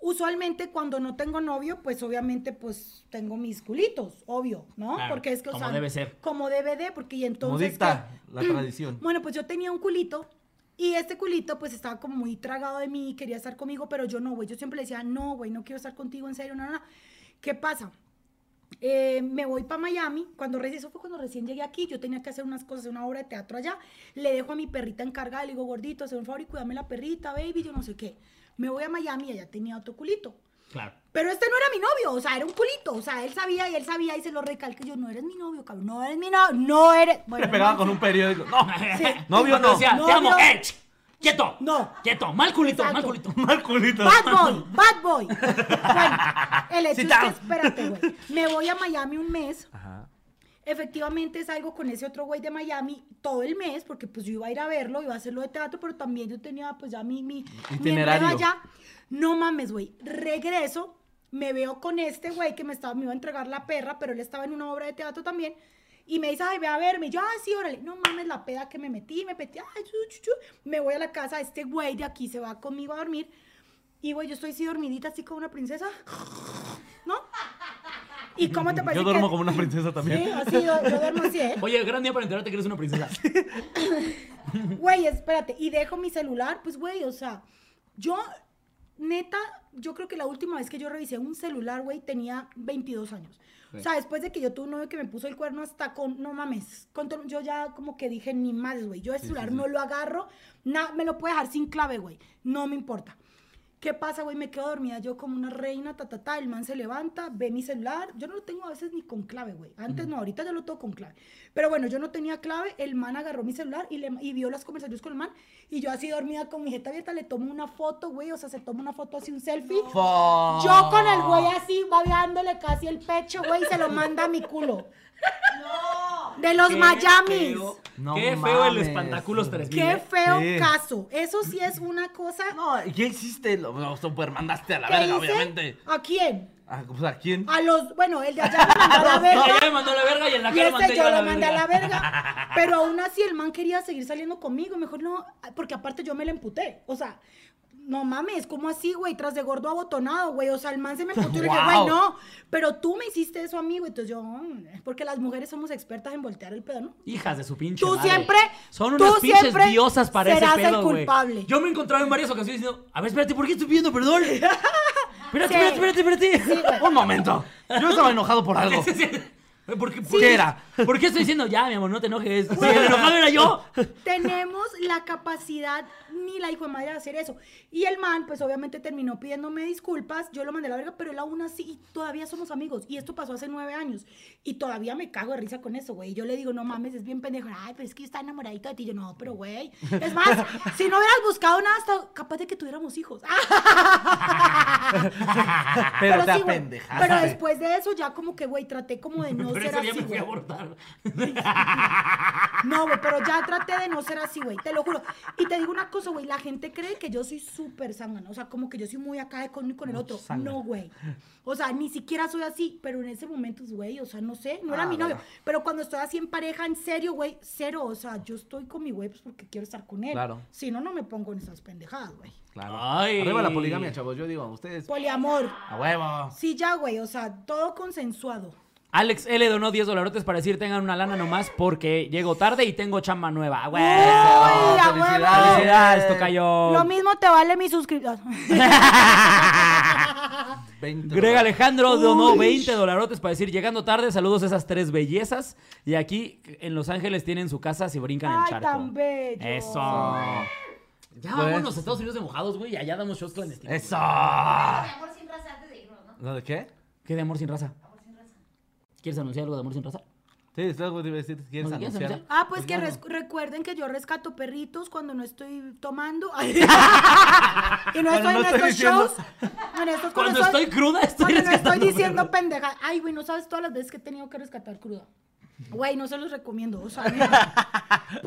usualmente cuando no tengo novio, pues obviamente, pues tengo mis culitos, obvio, ¿no? Claro, porque es que, o como sea, debe ser. Como debe de, porque y Como entonces. dicta ¿qué? [CLEARS THROAT] la tradición. Bueno, pues yo tenía un culito y este culito pues estaba como muy tragado de mí, quería estar conmigo, pero yo no, güey. Yo siempre le decía, no, güey, no quiero estar contigo, en serio, no, no, no. ¿Qué pasa? Eh, me voy para Miami, cuando recién, eso fue cuando recién llegué aquí, yo tenía que hacer unas cosas, una obra de teatro allá, le dejo a mi perrita encargada, le digo, gordito, hazme un favor y cuídame la perrita, baby, yo no sé qué. Me voy a Miami y allá tenía otro culito. Claro. Pero este no era mi novio, o sea, era un culito, o sea, él sabía y él sabía y se lo recalqué, yo, no eres mi novio, cabrón, no eres mi novio, no eres... Me Bueno, pegaban no, con un periódico. No, [LAUGHS] [LAUGHS] Sí. Novio Cuando no. decía, te Novio- amo, eh, ch, quieto. No. Quieto, mal culito, mal Exacto. culito. [LAUGHS] mal culito. Bad boy, [LAUGHS] bad boy. Bueno, el hecho Sí, es ta- que, espérate, güey. Me voy a Miami un mes. Ajá. Efectivamente salgo con ese otro güey de Miami todo el mes, porque pues yo iba a ir a verlo, iba a hacerlo de teatro, pero también yo tenía pues ya mi, mi, mi Itinerario. enredo allá. No mames, güey. Regreso, me veo con este güey que me, estaba, me iba a entregar la perra, pero él estaba en una obra de teatro también. Y me dice, ay, ve a verme. Y yo, ah, sí, órale. No mames, la peda que me metí, me metí, ay, chu, chu, chu. Me voy a la casa, este güey de aquí se va conmigo a dormir. Y güey, yo estoy así dormidita, así como una princesa. ¿No? ¿Y cómo te parece Yo que- duermo como una princesa Sí, también. así, yo, yo duermo así, ¿eh? Oye, gran día para enterarte que eres una [LAUGHS] princesa. Güey, espérate, y dejo mi celular, pues, güey, o sea, yo, neta, yo creo que la última vez que yo revisé un celular, güey, tenía 22 años. O sea, después de que yo tuve un novio que me puso el cuerno hasta con, no mames, con todo- yo ya como que dije, ni más, güey, yo el celular no lo agarro, na- me lo puedo dejar sin clave, güey, no me importa. ¿Qué pasa, güey? Me quedo dormida yo como una reina, ta, ta, ta. El man se levanta, ve mi celular. Yo no lo tengo a veces ni con clave, güey. Antes no, ahorita yo lo tengo con clave. Pero bueno, yo no tenía clave. El man agarró mi celular y, le, y vio las conversaciones con el man. Y yo así dormida con mi jeta abierta, le tomo una foto, güey. O sea, se toma una foto así, un selfie. Yo con el güey así, babeándole casi el pecho, güey, y se lo manda a mi culo. No. De los Qué Miamis. feo- No Qué feo el mames. espantaculos 3000. Qué ¿eh? feo Sí. caso. Eso sí es una cosa. No, ¿y ¿qué hiciste? Lo, lo supermandaste a la ¿Qué verga, hice? obviamente. ¿A quién? Ah, pues, ¿A quién? A los, bueno, el de allá me mandó a [LAUGHS] la verga. Ella me mandó a la verga y en la Y cara ese mandé yo a la lo mandé a la verga. verga. Pero aún así el man quería seguir saliendo conmigo. Mejor no, porque aparte yo me la emputé. O sea, No mames, ¿cómo así, güey? Tras de gordo abotonado, güey. O sea, el man se me puso y le dije, Wow. güey, no. Pero tú me hiciste eso a mí, güey. Entonces yo, mm, porque las mujeres somos expertas en voltear el pedo, ¿no? Hijas de su pinche Tú madre. siempre. Son tú unas pinches siempre diosas para ese serás pedo, el güey. culpable. Yo me he encontrado en varias ocasiones diciendo, a ver, espérate, ¿por qué estoy pidiendo [LAUGHS] perdón? Espérate, Sí. espérate, espérate, espérate. [LAUGHS] Un momento. Yo estaba enojado por [LAUGHS] algo. Sí, sí. ¿Por qué, por Sí. qué era? ¿Por qué estoy diciendo, ya, mi amor, no te enojes? Si el enojado era [LAUGHS] yo. tenemos la capacidad ni la hijo de madre de hacer eso. Y el man, pues obviamente terminó pidiéndome disculpas, yo lo mandé a la verga, pero él aún así, y todavía somos amigos. Y esto pasó hace nueve años. Y todavía me cago de risa con eso, güey. Yo le digo, no mames, es bien pendejo. Ay, pero es que yo estaba enamoradito de ti. Yo, no, pero güey. Es más, si no hubieras buscado nada, hasta capaz de que tuviéramos hijos. [LAUGHS] Pero, te sí, güey. apendejaste. Pero después de eso, ya como que, güey, traté como de [LAUGHS] no Pero ser ese así, día me fui güey. a abortar. No, güey, pero ya traté de no ser así, güey, te lo juro. Y te digo una cosa, güey, la gente cree que yo soy súper sangana, o sea, como que yo soy muy acá de con uno y con el otro. No, güey. O sea, ni siquiera soy así, pero en ese momento, güey, o sea, no sé, no era Ah, mi novio. bueno. Pero cuando estoy así en pareja, en serio, güey, cero, o sea, yo estoy con mi güey pues porque quiero estar con él. Claro. Si no, no me pongo en esas pendejadas, güey. Claro. Ay. Arriba la poligamia, chavos. Yo digo, ustedes. Pues- Poliamor. A huevo. Sí, ya, güey, o sea, todo consensuado. Alex L donó 10 dolarotes para decir tengan una lana nomás porque llego tarde y tengo chamba nueva. Güey. ¡Uy, a huevo! felicidades. Felicidades, tocayo. [LAUGHS] Lo mismo te vale mi suscripción. [LAUGHS] Veinte Greg dólares. Alejandro donó 20 dolarotes para decir llegando tarde, saludos a esas tres bellezas. Y aquí en Los Ángeles tienen su casa si brincan el Ay, charco. tan bello. Eso. Ya Pues- vámonos a Estados Unidos de mojados, güey. y Allá damos shows clandestinos. Eso. Por amor sin raza antes de irnos, ¿no? ¿No de qué? ¿Qué de amor sin raza? ¿Quieres anunciar algo de amor sin raza? Sí, es algo que te iba a decir. ¿Quieres ¿No quieres anunciar? anunciar? Ah, pues, Pues que ya no. res- recuerden que yo rescato perritos cuando no estoy [LAUGHS] tomando. [LAUGHS] y no Cuando estoy no en estoy estos diciendo- shows. En estos- Cuando estoy- estoy cruda, estoy Cuando no estoy rescatando diciendo pendeja. Ay, güey, no sabes todas las veces que he tenido que rescatar cruda. Güey, no se los recomiendo. O sea, no.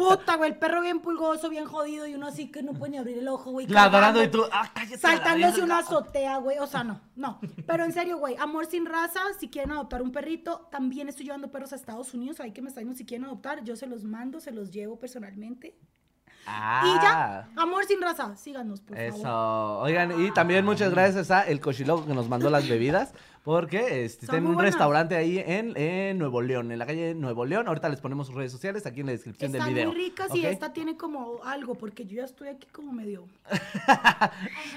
[LAUGHS] puta, güey, el perro bien pulgoso, bien jodido y uno así que no puede ni abrir el ojo, güey. Ladrando cagando. y tú. Ah, cállate. la Saltándose verga. una azotea, güey. O sea, no, no. Pero en serio, güey, amor sin raza. Si quieren adoptar un perrito, también estoy llevando perros a Estados Unidos. Ahí que me están diciendo si quieren adoptar, yo se los mando, se los llevo personalmente. Y Ah. ya, amor sin raza. Síganos, por favor. Eso. Oigan, y también muchas gracias a El Cochiloco que nos mandó las bebidas. Porque este, Son está en muy un buenas. restaurante ahí en, en Nuevo León, en la calle Nuevo León. Ahorita les ponemos sus redes sociales aquí en la descripción Están del video. muy ricas y ¿ok? esta tiene como algo, porque yo ya estoy aquí como [LAUGHS] medio.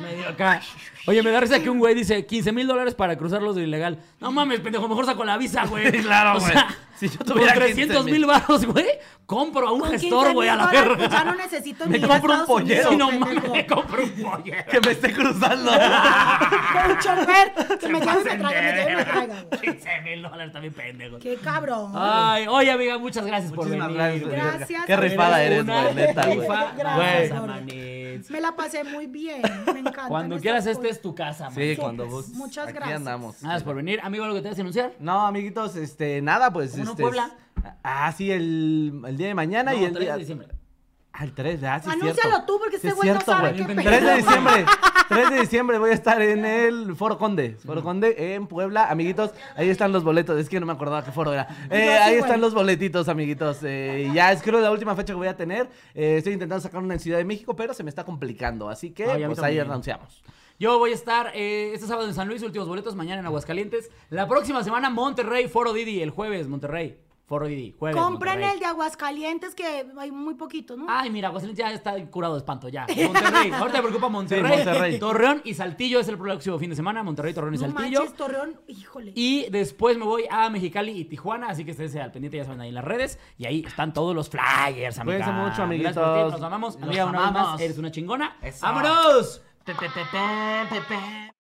Medio acá. Oye, me da risa que un güey dice 15 mil dólares para cruzarlos de ilegal. No mames, pendejo, mejor saco la visa, [LAUGHS] güey. Claro, O güey. sea, Si yo con tuviera 300 mil 15,000. baros, güey, compro a un Con 15 gestor, güey, a mil la dólares, verga. pues Ya no necesito Me ni ir a compro un Estados Unidos, pollero. Sí, no pendejo. mames, me compro un pollero. Que me esté [LAUGHS] cruzando. Con un chofer [LAUGHS] que me lleve y me pasen traiga, me de lleve y me verga. traiga, [LAUGHS] güey. 15 mil dólares también, pendejo. Qué cabrón. Ah. Ay, oye, amiga, muchas gracias Muchísimas por gracias, venir. güey. Gracias, Qué rifada eres eres, una güey, neta, güey. rifa. Gracias, Güey. amor. Amanitz. Me la pasé muy bien. Me encanta. Cuando quieras, este es tu casa, Sí, man. cuando vos. Muchas aquí gracias. Ah, andamos. Gracias por venir. Amigo, ¿algo que te vas a anunciar? No, amiguitos, este, nada, pues. ¿Cómo no, este, Puebla? Ah, sí, el, el día de mañana No, y el 3 día. de diciembre. Ah, el 3, ah, sí, es Anúncialo cierto. tú, porque Sí, este güey no sabe qué pedo. 3 de diciembre. 3 de diciembre voy a estar en el Foro Conde. Foro Conde en Puebla. Amiguitos, ahí están los boletos. Es que no me acordaba qué foro era. Eh, Yo sí, ahí güey. están los boletitos, amiguitos. Eh, ya es creo la última fecha que voy a tener. Eh, estoy intentando sacar una en Ciudad de México, pero se me está complicando. Así que, Ay, a mí pues ahí también. anunciamos. Yo voy a estar eh, este sábado en San Luis, últimos boletos, mañana en Aguascalientes. La próxima semana, Monterrey, Foro Didi, el jueves, Monterrey. Foro Didi, jueves. Compren Monterrey. Ah, el de Aguascalientes, que hay muy poquito, ¿no? Ay, mira, Aguascalientes ya está curado de espanto, [LAUGHS] ya. Monterrey, ahora te preocupa Monterrey. Sí, Monterrey. Torreón y Saltillo es el próximo fin de semana, Monterrey, Torreón y no Saltillo. manches, Torreón, híjole. Y después me voy a Mexicali y Tijuana, así que ustedes al pendiente, ya saben ahí en las redes. Y ahí están todos los flyers, amiga. Cuídense mucho, Gracias amiguitos. por ti, Nos amamos. Los Amiga, una vez más, amamos. eres una chingona. Eso. ¡Vámonos! Pe, pe, pe, pe, pe, pe.